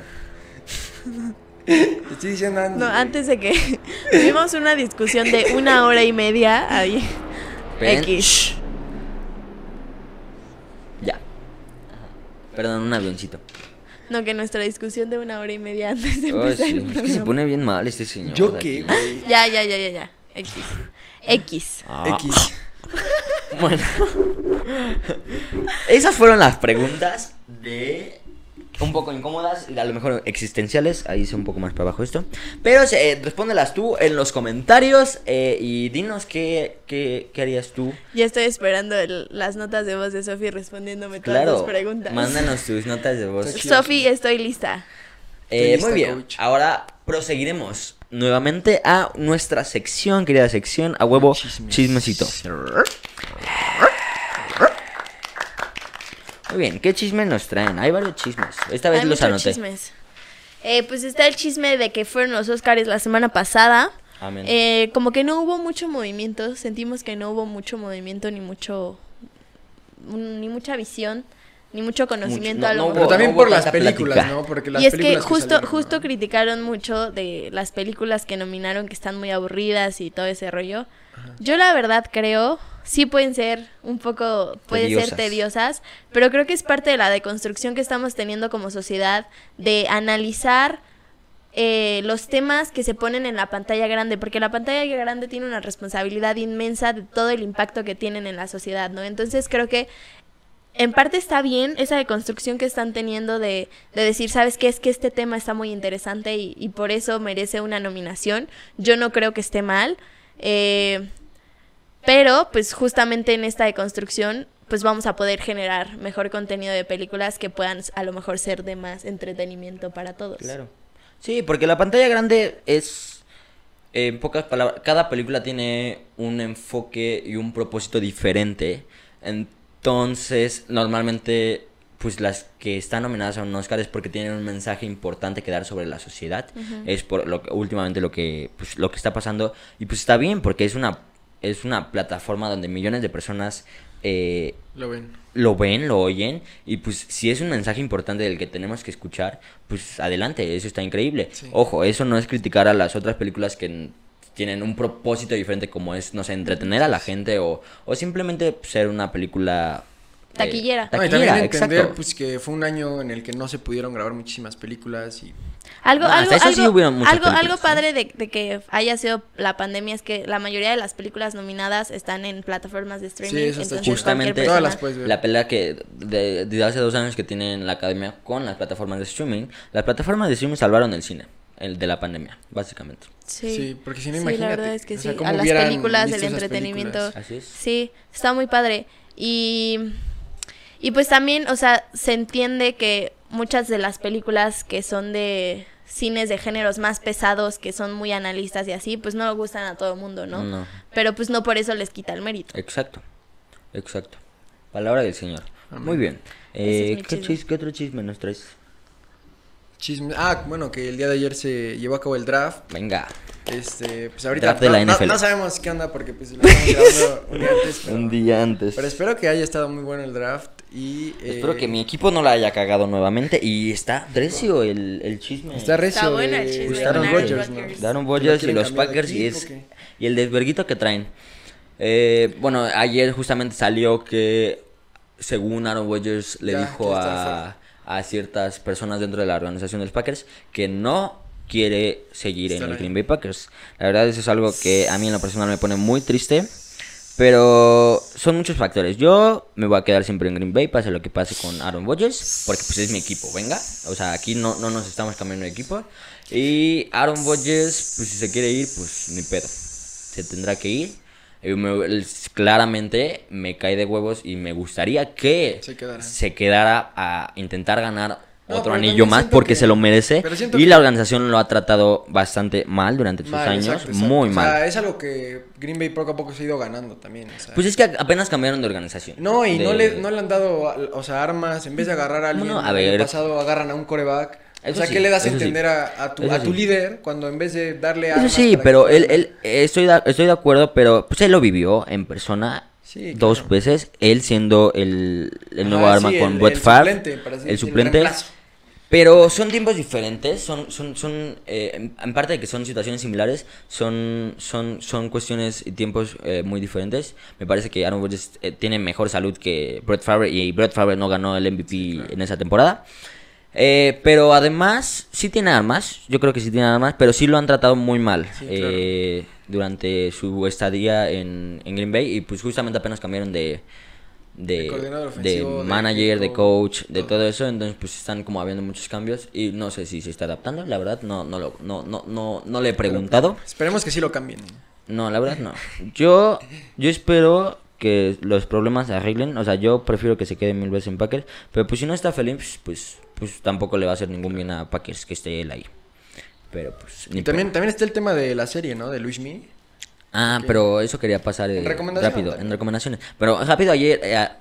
te estoy diciendo Andy. No, güey. antes de que *laughs* tuvimos una discusión de una hora y media ahí. Ven. X. Ya. Perdón, un *laughs* avioncito. No, que nuestra discusión de una hora y media antes de Ay, empezar sí, el Es que se programa. pone bien mal este señor. ¿Yo de qué, aquí. güey? Ya, ya, ya, ya, ya. X. X. Ah. X. *laughs* Bueno, esas fueron las preguntas de un poco incómodas, a lo mejor existenciales. Ahí hice un poco más para abajo esto. Pero eh, respóndelas tú en los comentarios eh, y dinos qué, qué, qué harías tú. Ya estoy esperando el- las notas de voz de Sofi respondiéndome todas Claro, tus preguntas. mándanos tus notas de voz. Sofi, estoy lista. Eh, Estoy lista, muy bien, coach. ahora proseguiremos nuevamente a nuestra sección, querida sección, a huevo Chismes. chismecito. Muy bien, ¿qué chisme nos traen? Hay varios chismes. Esta vez Hay los muchos anoté. chismes. Eh, pues está el chisme de que fueron los Oscars la semana pasada. Amén. Eh, como que no hubo mucho movimiento, sentimos que no hubo mucho movimiento ni mucho ni mucha visión, ni mucho conocimiento no- a lo no hubo- mejor. Pero también hubo por las tanta películas, plática. ¿no? Porque las y es que películas justo salieron, justo ¿no? criticaron mucho de las películas que nominaron que están muy aburridas y todo ese rollo. Yo la verdad creo sí pueden ser un poco puede ser Tediosas. tediosas, pero creo que es parte de la deconstrucción que estamos teniendo como sociedad de analizar eh, los temas que se ponen en la pantalla grande, porque la pantalla grande tiene una responsabilidad inmensa de todo el impacto que tienen en la sociedad, ¿no? Entonces creo que en parte está bien esa deconstrucción que están teniendo de, de decir, ¿sabes qué? Es que este tema está muy interesante y, y por eso merece una nominación. Yo no creo que esté mal. eh, pero, pues justamente en esta deconstrucción, pues vamos a poder generar mejor contenido de películas que puedan a lo mejor ser de más entretenimiento para todos. Claro. Sí, porque la pantalla grande es, eh, en pocas palabras, cada película tiene un enfoque y un propósito diferente. Entonces, normalmente, pues las que están nominadas a un Oscar es porque tienen un mensaje importante que dar sobre la sociedad. Es por lo que, últimamente lo que, pues, lo que está pasando. Y pues está bien, porque es una, es una plataforma donde millones de personas... Eh, Lo ven. lo ven, lo oyen, y pues si es un mensaje importante del que tenemos que escuchar, pues adelante, eso está increíble. Sí. Ojo, eso no es criticar a las otras películas que n- tienen un propósito diferente como es, no sé, entretener a la gente o, o simplemente ser una película... eh, Taquillera. No, y también taquillera, entender exacto. pues que fue un año en el que no se pudieron grabar muchísimas películas y Algo, No, algo, hasta eso sí algo, hubieron muchas algo, algo películas, ¿eh? padre de, de que haya sido la pandemia es que la mayoría de las películas nominadas están en plataformas de streaming. Sí, eso está entonces chido. cualquier justamente persona- Todas las puedes ver. la pelea que de, de hace dos años que tiene la academia con las plataformas de streaming, las plataformas de streaming salvaron el cine, el de la pandemia, básicamente. Sí. Sí, porque si no, Sí, imagínate, la verdad es que o sí. sea, ¿cómo a las hubieran películas, el visto esas entretenimiento. películas? Así es. Sí, está muy padre. Y, y pues también, o sea, se entiende que muchas de las películas que son de cines de géneros más pesados, que son muy analistas y así, pues no gustan a todo el mundo, ¿no? No. Eh. Pero pues no por eso les quita el mérito. Exacto, exacto. Palabra del Señor. Muy bien. Ese Eh, es mi ¿qué, chisme. chis- qué otro chisme nos traes? Chisme- Ah, bueno, que el día de ayer se llevó a cabo el draft. Venga. Este, pues ahorita Draft de no- la no, NFL. no sabemos qué onda porque pues lo estamos grabando un día *laughs* antes. Pero, día antes. pero espero que haya estado muy bueno el draft y eh, Espero que mi equipo no la haya cagado nuevamente. Y está recio el, el chisme. está recio Está bueno de el chisme, Aaron Aaron Pues Rodgers, Rodgers. ¿no? Daron ¿Lo Boyas y quieren los cambiar de Packers y, equipo es- o qué? y el desverguito que traen. Eh, bueno, ayer justamente salió que según Aaron Rodgers le Ya, dijo ya está a, a ciertas personas dentro de la organización de los Packers que no quiere seguir en Estar el ahí. Green Bay Packers. La verdad, eso es algo que a mí en lo personal me pone muy triste. Pero son muchos factores. Yo me voy a quedar siempre en Green Bay, pase lo que pase con Aaron Rodgers, porque pues es mi equipo, venga. O sea, aquí no, no nos estamos cambiando de equipo. Y Aaron Rodgers, pues si se quiere ir, pues ni pedo. Se tendrá que ir. Y me- el- claramente me cae de huevos y me gustaría que Se quedara. se quedara a intentar ganar No, otro pero anillo también más siento porque que- se lo merece. pero siento Y que- la organización lo ha tratado bastante mal durante sus Mal, años. exacto, exacto. Muy O mal. sea, es algo que Green Bay poco a poco se ha ido ganando también. o sea. Pues es que apenas cambiaron de organización. no, y no, De- le, no le han dado o sea, armas. En vez de agarrar a alguien, Bueno, a en el ver. pasado agarran a un coreback. O Eso sea, sí, ¿qué le das a eso sí. entender a, a tu, Eso a tu sí. líder cuando en vez de darle Eso armas? sí, para que pero pueda él, ganar? él eh, estoy, de, estoy de acuerdo, pero pues él lo vivió en persona Sí, dos claro. veces, él siendo el, el Ajá, nuevo arma sí, con el- Brett el Favre, suplente, para así el decirlo, suplente. reemplazo. Pero son tiempos diferentes, son, son, son eh, en- en parte de que son situaciones similares, son, son, son cuestiones y tiempos eh, muy diferentes. Me parece que Aaron Rodgers eh, tiene mejor salud que Brett Favre y Brett Favre no ganó el MVP en esa temporada. Eh, pero además, sí tiene armas, yo creo que sí tiene armas, pero sí lo han tratado muy mal Sí, claro. eh, durante su estadía en, en Green Bay y pues justamente apenas cambiaron de... De, De coordinador de ofensivo, de manager, de equipo, coach, de todo. todo eso, entonces pues están como habiendo muchos cambios y no sé si se está adaptando, la verdad no no lo- no no no, no le he preguntado. Esperemos que sí lo cambien. No, la verdad no. Yo yo espero que los problemas se arreglen, o sea, yo prefiero que se quede mil veces en Packers, pero pues si no está feliz, pues pues tampoco le va a hacer ningún bien a Packers que esté él ahí. Pero pues ni Y también, también está el tema de la serie, ¿no? De Luis Mi. pedo. Ah, pero eso quería pasar eh, En recomendación rápido, en también. recomendaciones. Pero rápido ayer eh, a-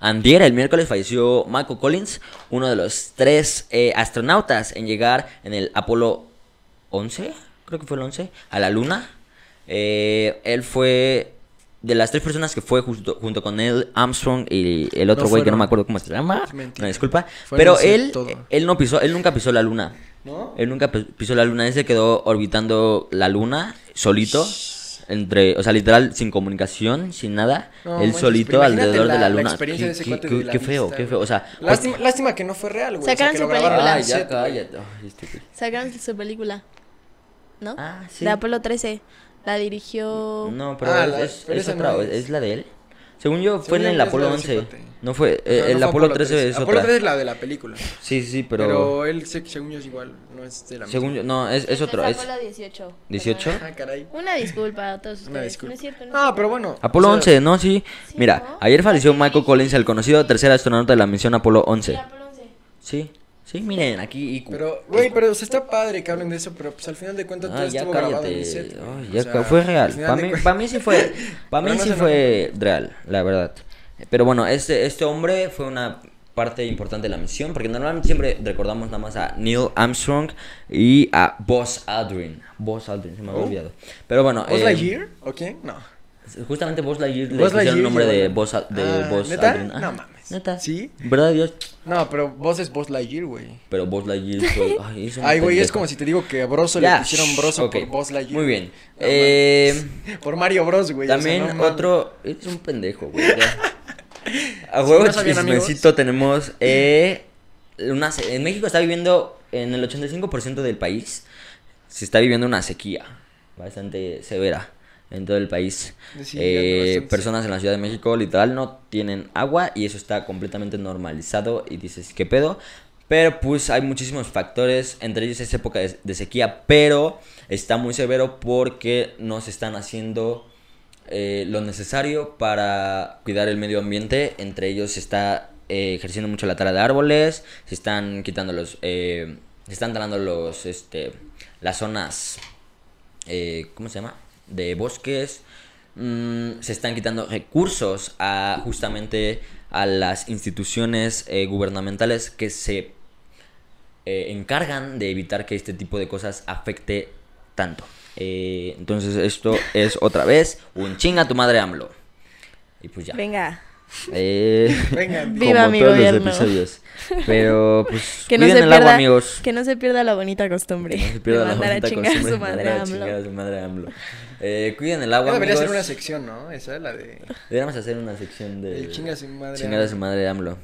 Antier, el miércoles, falleció Michael Collins, uno de los tres eh, astronautas en llegar en el Apolo 11, creo que fue el 11, a la Luna. Eh, él fue de las tres personas que fue justo, junto con él, Armstrong y el otro No güey que no fueron. me acuerdo cómo se llama. Mentira. Una disculpa. Fue pero Lindsay él, todo. él no pisó, él nunca pisó la Luna. ¿No? Él nunca pi- pisó la luna, él se quedó orbitando la luna solito. Entre, o sea, literal, sin comunicación, sin nada. No, él manches, solito pero alrededor imagínate de la- la la luna. experiencia de ese cuate de la qué feo, vista, qué güey. feo. O sea, pues Lástima, lástima que no fue real, güey. Sacaron que lo su cual- grabaron película. en Ay, un ya set, güey. cállate. Ay, este, estúpido. Sacaron su película, ¿no? Ah, sí. De Apolo 13. La dirigió. No, pero Ah, es, la- es- pero es esa otra, no es. es. la de él. Según yo, fue Según yo en el es la de Apolo ese 11. cuate. No fue, eh, No, no el fue Apolo 13 es Apolo otra. 13 es la de la película. Sí, sí, sí, pero. Pero, él, se- según yo, es igual. No es de la según yo, no, es, es otro. Es Pues Apolo 18. 18. perdona. Ah, caray. Una disculpa a todos ustedes. Una disculpa. No es cierto, no es Ah, pero bueno. Apolo o sea, 11, ¿no? Sí. Mira, ¿no? ayer falleció Michael Collins, el conocido tercer astronauta de la misión Apolo 11. Apolo 11. Sí, sí, miren, aquí Ah, IQ. Pero, güey, pero o sea, está padre que hablen de eso, pero pues al final de cuentas Ah, todo ya estuvo grabado en cállate. el set. güey. Ay, O ya sea, ca- fue al real. final Para de mí, cuen- pa' mí sí fue, pa' mí Pero no sí se fue real, la verdad. Pero bueno, este, este hombre fue una parte importante de la misión, porque normalmente siempre recordamos nada más a Neil Armstrong y a Buzz Aldrin. Buzz Aldrin, se me había Oh. olvidado. Pero bueno, ¿Buzz eh, Lightyear? ¿O quién? No. justamente Buzz Lightyear le Buzz pusieron el Lightyear nombre lleva de la- Buzz, Al- de Ah, Buzz ¿neta? Aldrin. Ajá, No mames. ¿Neta? ¿Sí? ¿Verdad, Dios? No, pero vos es Buzz Lightyear, güey. Pero Buzz Lightyear *laughs* fue... Ay, es un Ay, güey, es pendejo. como si te digo que a Broso Ya, le pusieron shh, Broso ok. por Buzz Lightyear. Muy bien. No eh... mames. Por Mario Bros, güey. o sea, También no mames. otro. Es un pendejo, güey. ya. *laughs* A huevo no sabían, chismecito tenemos. eh, una, se- en México está viviendo. En el 85% del país se está viviendo una sequía bastante severa en todo el país. Sí, Eh, bastante. personas en la Ciudad de México literal no tienen agua y eso está completamente normalizado y dices, ¿qué pedo? Pero pues hay muchísimos factores, entre ellos es época de, de sequía, pero está muy severo porque no se están haciendo eh, lo necesario para cuidar el medio ambiente. Entre ellos se está eh, ejerciendo mucho la tala de árboles, se están quitando los, eh, se están talando los, este, las zonas, eh, ¿cómo se llama? De bosques. Mm, se están quitando recursos a justamente a las instituciones eh, gubernamentales que se eh, encargan de evitar que este tipo de cosas afecte tanto. Eh, entonces esto es otra vez un chinga tu madre AMLO. Y pues ya. Venga. Eh, *laughs* Venga, como Viva mi todos gobierno. los episodios. Pero pues *laughs* Que no, se cuiden el pierda, agua, amigos. que no se pierda la bonita costumbre. No se pierda de la mandar bonita a chingar costumbre a de su madre. mandar a AMLO. chingar a su madre AMLO. Eh, cuiden el agua, Ya debería ser amigos. una sección, ¿no? Esa, la de... Deberíamos hacer una sección de... El chinga su madre Chingar a su madre *laughs* AMLO.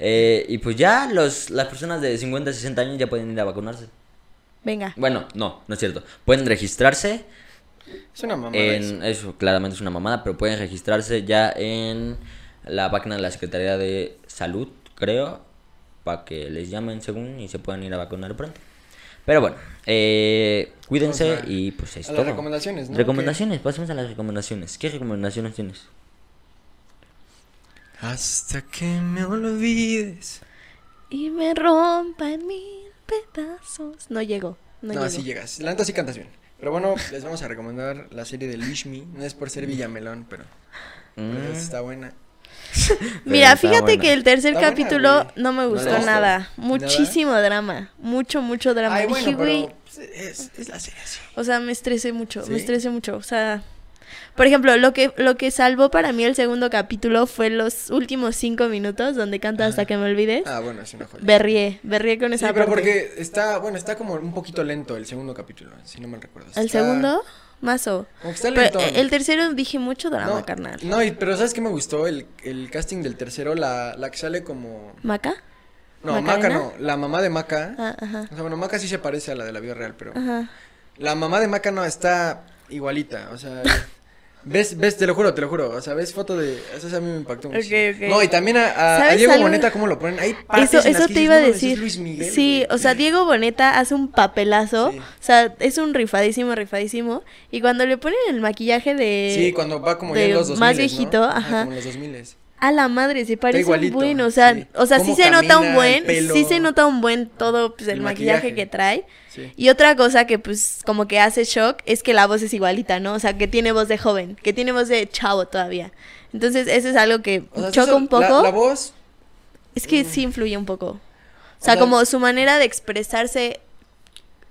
Eh, y pues ya los, las personas de 50, 60 años ya pueden ir a vacunarse. Venga. Bueno, no, no es cierto. Pueden registrarse Es una mamada. eso. en. Eso claramente es una mamada, pero pueden registrarse ya en la página de la Secretaría de Salud, creo. Para que les llamen según y se puedan ir a vacunar pronto. Pero bueno, eh, cuídense O sea, y pues es a las todo. recomendaciones, ¿no? Recomendaciones, pasemos a las recomendaciones. ¿Qué recomendaciones tienes? Hasta que me olvides. Y me rompan mil pedazos. No llegó. No, No, llegó. sí llegas. La neta sí cantas bien. Pero bueno, les vamos a recomendar la serie de Leash Me. No es por ser Villamelón, pero, pero Mm. Pues está buena. Mira, Está fíjate buena. que el tercer Está buena, capítulo güey. no me No gustó le gustó. nada. ¿Nada? Muchísimo drama. Mucho, mucho drama. Ay, Dije, bueno, güey, pero pues, es, es la serie así. O sea, me estresé mucho, ¿Sí? me estresé mucho. O sea, por ejemplo, lo que, lo que salvó para mí el segundo capítulo fue los últimos cinco minutos donde canta hasta que me olvides. Ah, bueno, es una joya. Berrié, berrié con Sí, esa pero parte. porque está, bueno, está como un poquito lento el segundo capítulo, si no mal recuerdo. ¿El Está- segundo? Mazo. Como que está Pero, lentón. eh, el tercero dije mucho drama, no, carnal. No, y- pero ¿sabes qué me gustó? El, el casting del tercero, la, la que sale como... ¿Maca? No, Maca ¿Macarena? no, la mamá de Maca. Ah, ajá. O sea, bueno, Maca sí se parece a la de la vida real, pero... Ajá. La mamá de Maca no está igualita, o sea, ves, ves, te lo juro, te lo juro, o sea, ves foto de, eso a mí me impactó mucho. Ok, ok. No, y también a, a- a ¿Sabes Diego algo? Boneta cómo lo ponen, ahí Eso, eso te iba a decir. Luis Miguel, sí, güey". o sea, Diego Boneta hace un papelazo. Sí. O sea, es un rifadísimo, rifadísimo. Y cuando le ponen el maquillaje de. Sí, cuando va como ya de en los 2000, más viejito, ¿no? ajá. Como en los 2000. A la madre, se parece un igualito, buen, o sea, sí. o sea, sí Cómo se nota un camina, buen, el pelo. sí se nota un buen todo pues, el, El maquillaje, maquillaje. que trae. Sí. Y otra cosa que pues como que hace shock es que la voz es igualita, ¿no? O sea, que tiene voz de joven, que tiene voz de chavo todavía. Entonces, eso es algo que O sea, choca eso- un poco. La, la voz, Es que sí influye un poco. O sea, sea, como su manera de expresarse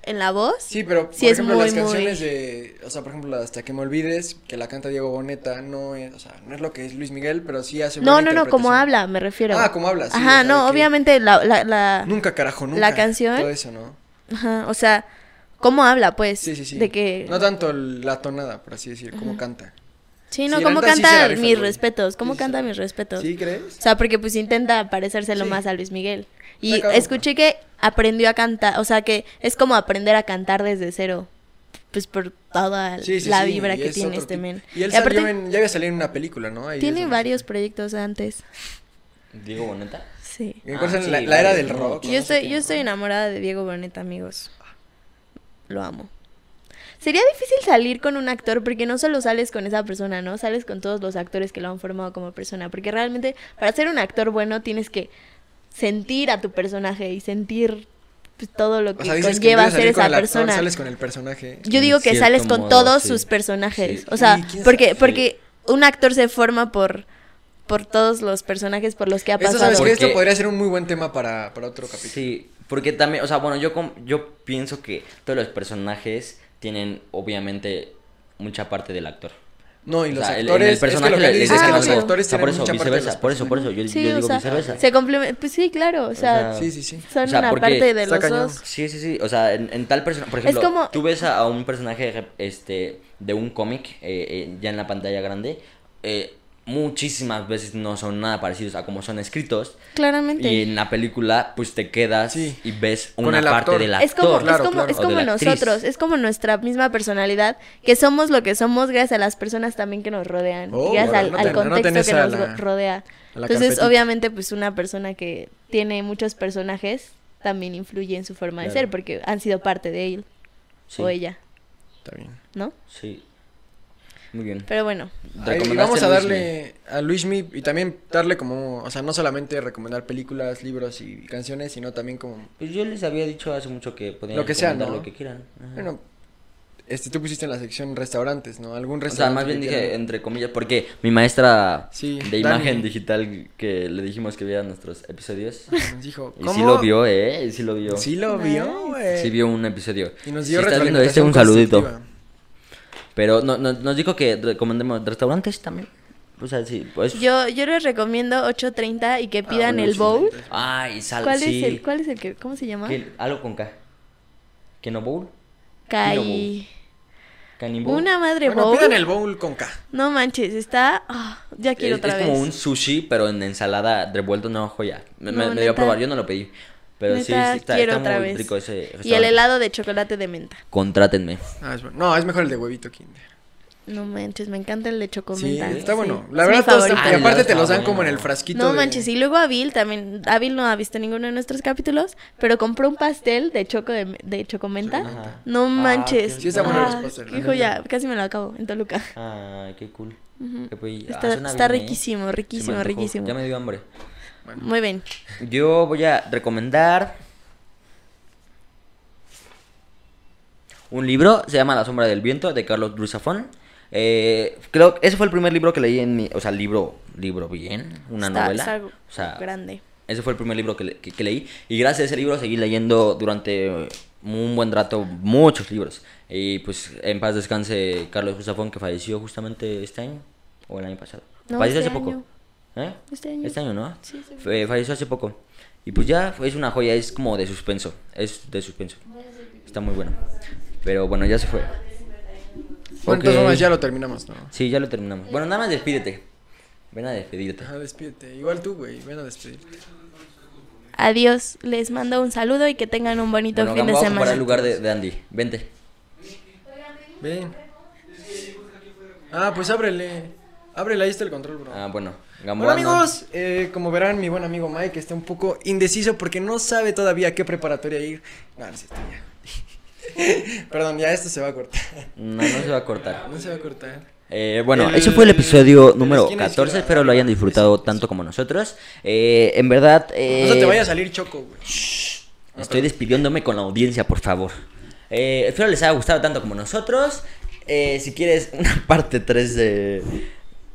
en la voz. sí, pero Sí, por es ejemplo, muy, las muy- canciones de, o sea, por ejemplo, la de Hasta que me olvides, que la canta Diego Boneta, no es, o sea, no es lo que es Luis Miguel, pero sí hace no, buena no, no, como interpretación. habla, me refiero. Ah, como habla, sí, o Ajá, sea, de no, que- obviamente la... la, la- Nunca, carajo, nunca. canción. Todo eso, ¿no? Ajá, o sea, ¿cómo habla, pues? Sí, sí, sí. De que... No tanto el- la tonada, por así decir, cómo canta. Sí, no, Sí, la ¿cómo neta sí se canta la rifa, mis güey. respetos? ¿Cómo Sí, sí, canta sí. mis respetos? ¿Sí crees? O sea, porque pues intenta parecerse lo Sí. más a Luis Miguel. Y Está cabrón, escuché que aprendió a cantar, o sea, que es como aprender a cantar desde cero. Pues por toda Sí, sí, la sí, vibra y que es tiene otro este tipo. men. Y él aparte, salió en, ya había salido en una película, ¿no? Ahí es tiene donde- varios proyectos antes. Diego Boneta. Sí. ¿En cuál Ah, sale? sí, la, la era varios, del ¿no? rock. Yo no sé estoy, qué, yo ¿no? estoy enamorada de Diego Boneta, amigos. Lo amo. Sería difícil salir con un actor porque no solo sales con esa persona, ¿no? Sales con todos los actores que lo han formado como persona. Porque realmente para ser un actor bueno tienes que sentir a tu personaje y sentir pues, todo lo O que sea, dices que en conlleva vez de ser salir con esa el actor, persona. sales con el personaje. Yo En digo que cierto sales con modo, todos sí. sus personajes. Sí. O sea, Sí, quién porque, sabe. porque un actor se forma por, por todos los personajes por los que ha Esto, pasado. ¿sabes qué? Esto Porque- podría ser un muy buen tema para, para otro capítulo. Sí, porque también, o sea, bueno, yo, com- yo pienso que todos los personajes tienen obviamente mucha parte del actor. No, y O los sea, el- en actores. el personaje es que le- lo que le dices es dicen que los algo. actores O sea, tienen por eso, mucha parte de viceversa, los por eso, por eso, yo, Sí, yo o digo sea, viceversa. se complementa. Pues sí, claro. O sea, Sí, sí, sí. son O sea, una porque parte de está los cañón. dos. Sí, sí, sí. O sea, en, en tal persona. Por ejemplo, como- tú ves a, a un personaje rep- este, de un cómic eh, eh, ya en la pantalla grande. eh, muchísimas veces no son nada parecidos a como son escritos. Claramente. Y en la película, pues te quedas Sí. y ves Con una el parte actor. del actor. es como, Claro, es como, claro. es O de como la actriz. nosotros, es como nuestra misma personalidad, que somos lo que somos gracias a las personas también que nos rodean, Oh, gracias al, no al ten- no contexto tenés que a nos la- go- rodea. a la Entonces, carpetita. obviamente, pues una persona que tiene muchos personajes también influye en su forma de Claro. ser, porque han sido parte de él Sí, o ella, Está bien. ¿no? Sí. Muy bien. Pero bueno, Ahí, Recomendaste y vamos a Luis darle a Luismi y también darle como, o sea, no solamente recomendar películas, libros y canciones, sino también como, Pues yo les había dicho hace mucho que podían Lo que sea, recomendar ¿no? lo que quieran. Ajá. bueno, este, tú pusiste en la sección restaurantes, ¿no? Algún o sea, restaurante. más bien pues que dije quieran- entre comillas, porque mi maestra Sí, de Dani. imagen digital que le dijimos que viera nuestros episodios. Nos dijo, Y ¿cómo? sí lo vio, ¿eh? Y sí lo vio. Sí lo vio, güey. Sí vio un episodio. Y nos dio Si estás viendo este, retroalimentación un saludito. constructiva. Pero no, no- nos dijo que recomendemos restaurantes también. O sea, sí, pues. yo, yo les recomiendo 8.30 y que Ah, pidan bueno, el bowl. Ay, sal, ¿Cuál sí. es el, cuál es el que, cómo se llama? Que- algo con K. ¿Keno Bowl? Kai. ¿Canin Bowl? Una madre Bueno, bowl. pidan el bowl con K. No manches, está. ah, ya quiero es, otra es vez. como un sushi, pero en ensalada revuelto, no, joya. Me, me- No, me dio a neta. probar, yo no lo pedí. Pero sí, Neta, sí, está, quiero está otra muy vez. rico ese Y el restaurante. helado de chocolate de menta. Contrátenme. Ah, es bueno. No, es mejor el de huevito Kinder. No manches, me encanta el de Sí, chocomenta. está bueno. Sí. La Es mi verdad, todos están- favorito. Ah, y aparte está te los dan bueno. como en el frasquito. No de- manches, y luego Avil también, Avil no ha visto ninguno de nuestros capítulos, pero compró un pastel de choco de, de chocomenta. Ajá. Ah, No manches. qué- Sí, está bueno Ah, los pasteles, la Hijo, ya, casi me lo acabo en Toluca. Ah, qué cool. Ujú. Qué pey- ah, Está, suena está bien, ¿eh? riquísimo, Se me riquísimo, antojó. riquísimo. Ya me dio hambre. Muy bien. Yo voy a recomendar un libro, se llama La sombra del viento, de Carlos Ruiz Zafón. Eh, creo que ese fue el primer libro que leí en mi, o sea, libro, libro bien, una Está- novela. está o sea, grande. ese fue el primer libro que, le- que- que leí. Y gracias a ese libro seguí leyendo durante eh, un buen rato muchos libros. Y pues en paz descanse Carlos Gustafón, que falleció justamente este año o el año pasado. No, falleció este hace año. poco. ¿Eh? Este año. ¿no? Sí, este año. Fue- falleció hace poco. Y pues ya es una joya, es como de suspenso. Es de suspenso. Está muy bueno. Pero bueno, ya se fue. Bueno, Ok. entonces nomás ya lo terminamos, ¿no? Sí, ya lo terminamos. Bueno, nada más despídete. Ven a despedirte. Ajá, despídete. Igual tú, güey. Ven a despedirte. Adiós, les mando un saludo y que tengan un bonito Bueno, fin de vamos a ocupar semana. el lugar de, de Andy. Vente. Ven. Ah, pues ábrele. Ábrele, ahí está el control, bro. Ah, bueno. Hola Gamboa no. amigos, Eh, como verán mi buen amigo Mike está un poco indeciso porque no sabe todavía a qué preparatoria ir. No, no es cierto, ya. *laughs* Perdón, ya esto se va a cortar. No, no se va a cortar. No se va a cortar. Eh, bueno, El- ese fue el episodio de la número esquina 14. izquierda. Espero lo hayan disfrutado tanto como nosotros. Eh, en verdad, eh, No se te vaya a salir choco, güey. estoy despidiéndome con la audiencia, por favor. Eh, espero les haya gustado tanto como nosotros. Eh, si quieres *laughs* una parte 3 de,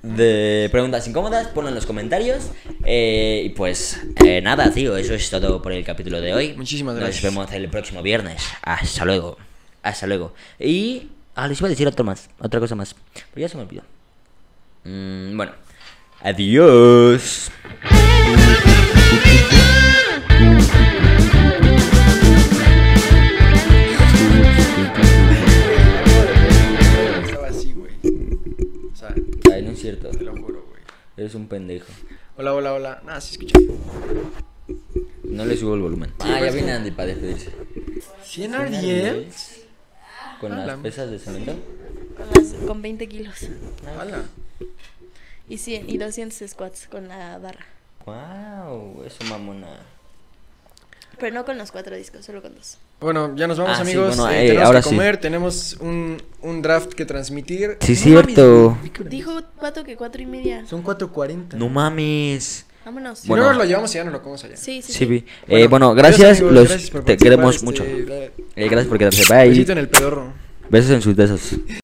de preguntas incómodas, ponlo en los comentarios. Eh, y pues eh, nada, tío, eso es todo por el capítulo de hoy. Muchísimas gracias. Nos vemos el próximo viernes. Hasta luego. Hasta luego. Y. Ah, les iba a decir otro más, otra cosa más. Pero ya se me olvidó. Mm, bueno. Adiós. Estaba así, güey. O sea, Ay, no es cierto. te lo juro, güey. Eres un pendejo. Hola, hola, hola. Nada, se escucha. No le subo el volumen. Ah, ya viene Andy para despedirse. 100 RDLs. Con las Hola. pesas de cemento. Con, las- con 20 kilos Hola. y, 100 y 200 squats con la barra. Wow, eso mamona. Pero no con los cuatro discos, solo con dos. Bueno, ya nos vamos, Ah, sí, amigos. bueno, Eh, eh, tenemos ahora que sí. comer, tenemos un, un draft que transmitir. Sí, No cierto. mames, güey, ¿qué hora Dijo Pato que cuatro y media. es? Son 4.40. No mames. Vámonos. Si Bueno. no nos lo llevamos y ya no lo comemos allá. Sí, sí. Sí, sí. vi. Eh, bueno, adiós, gracias. amigos, los gracias por te participar, queremos este, mucho. la- Eh, gracias por quedarse. Bye. Besito en el pedorro. Besos en sus besos.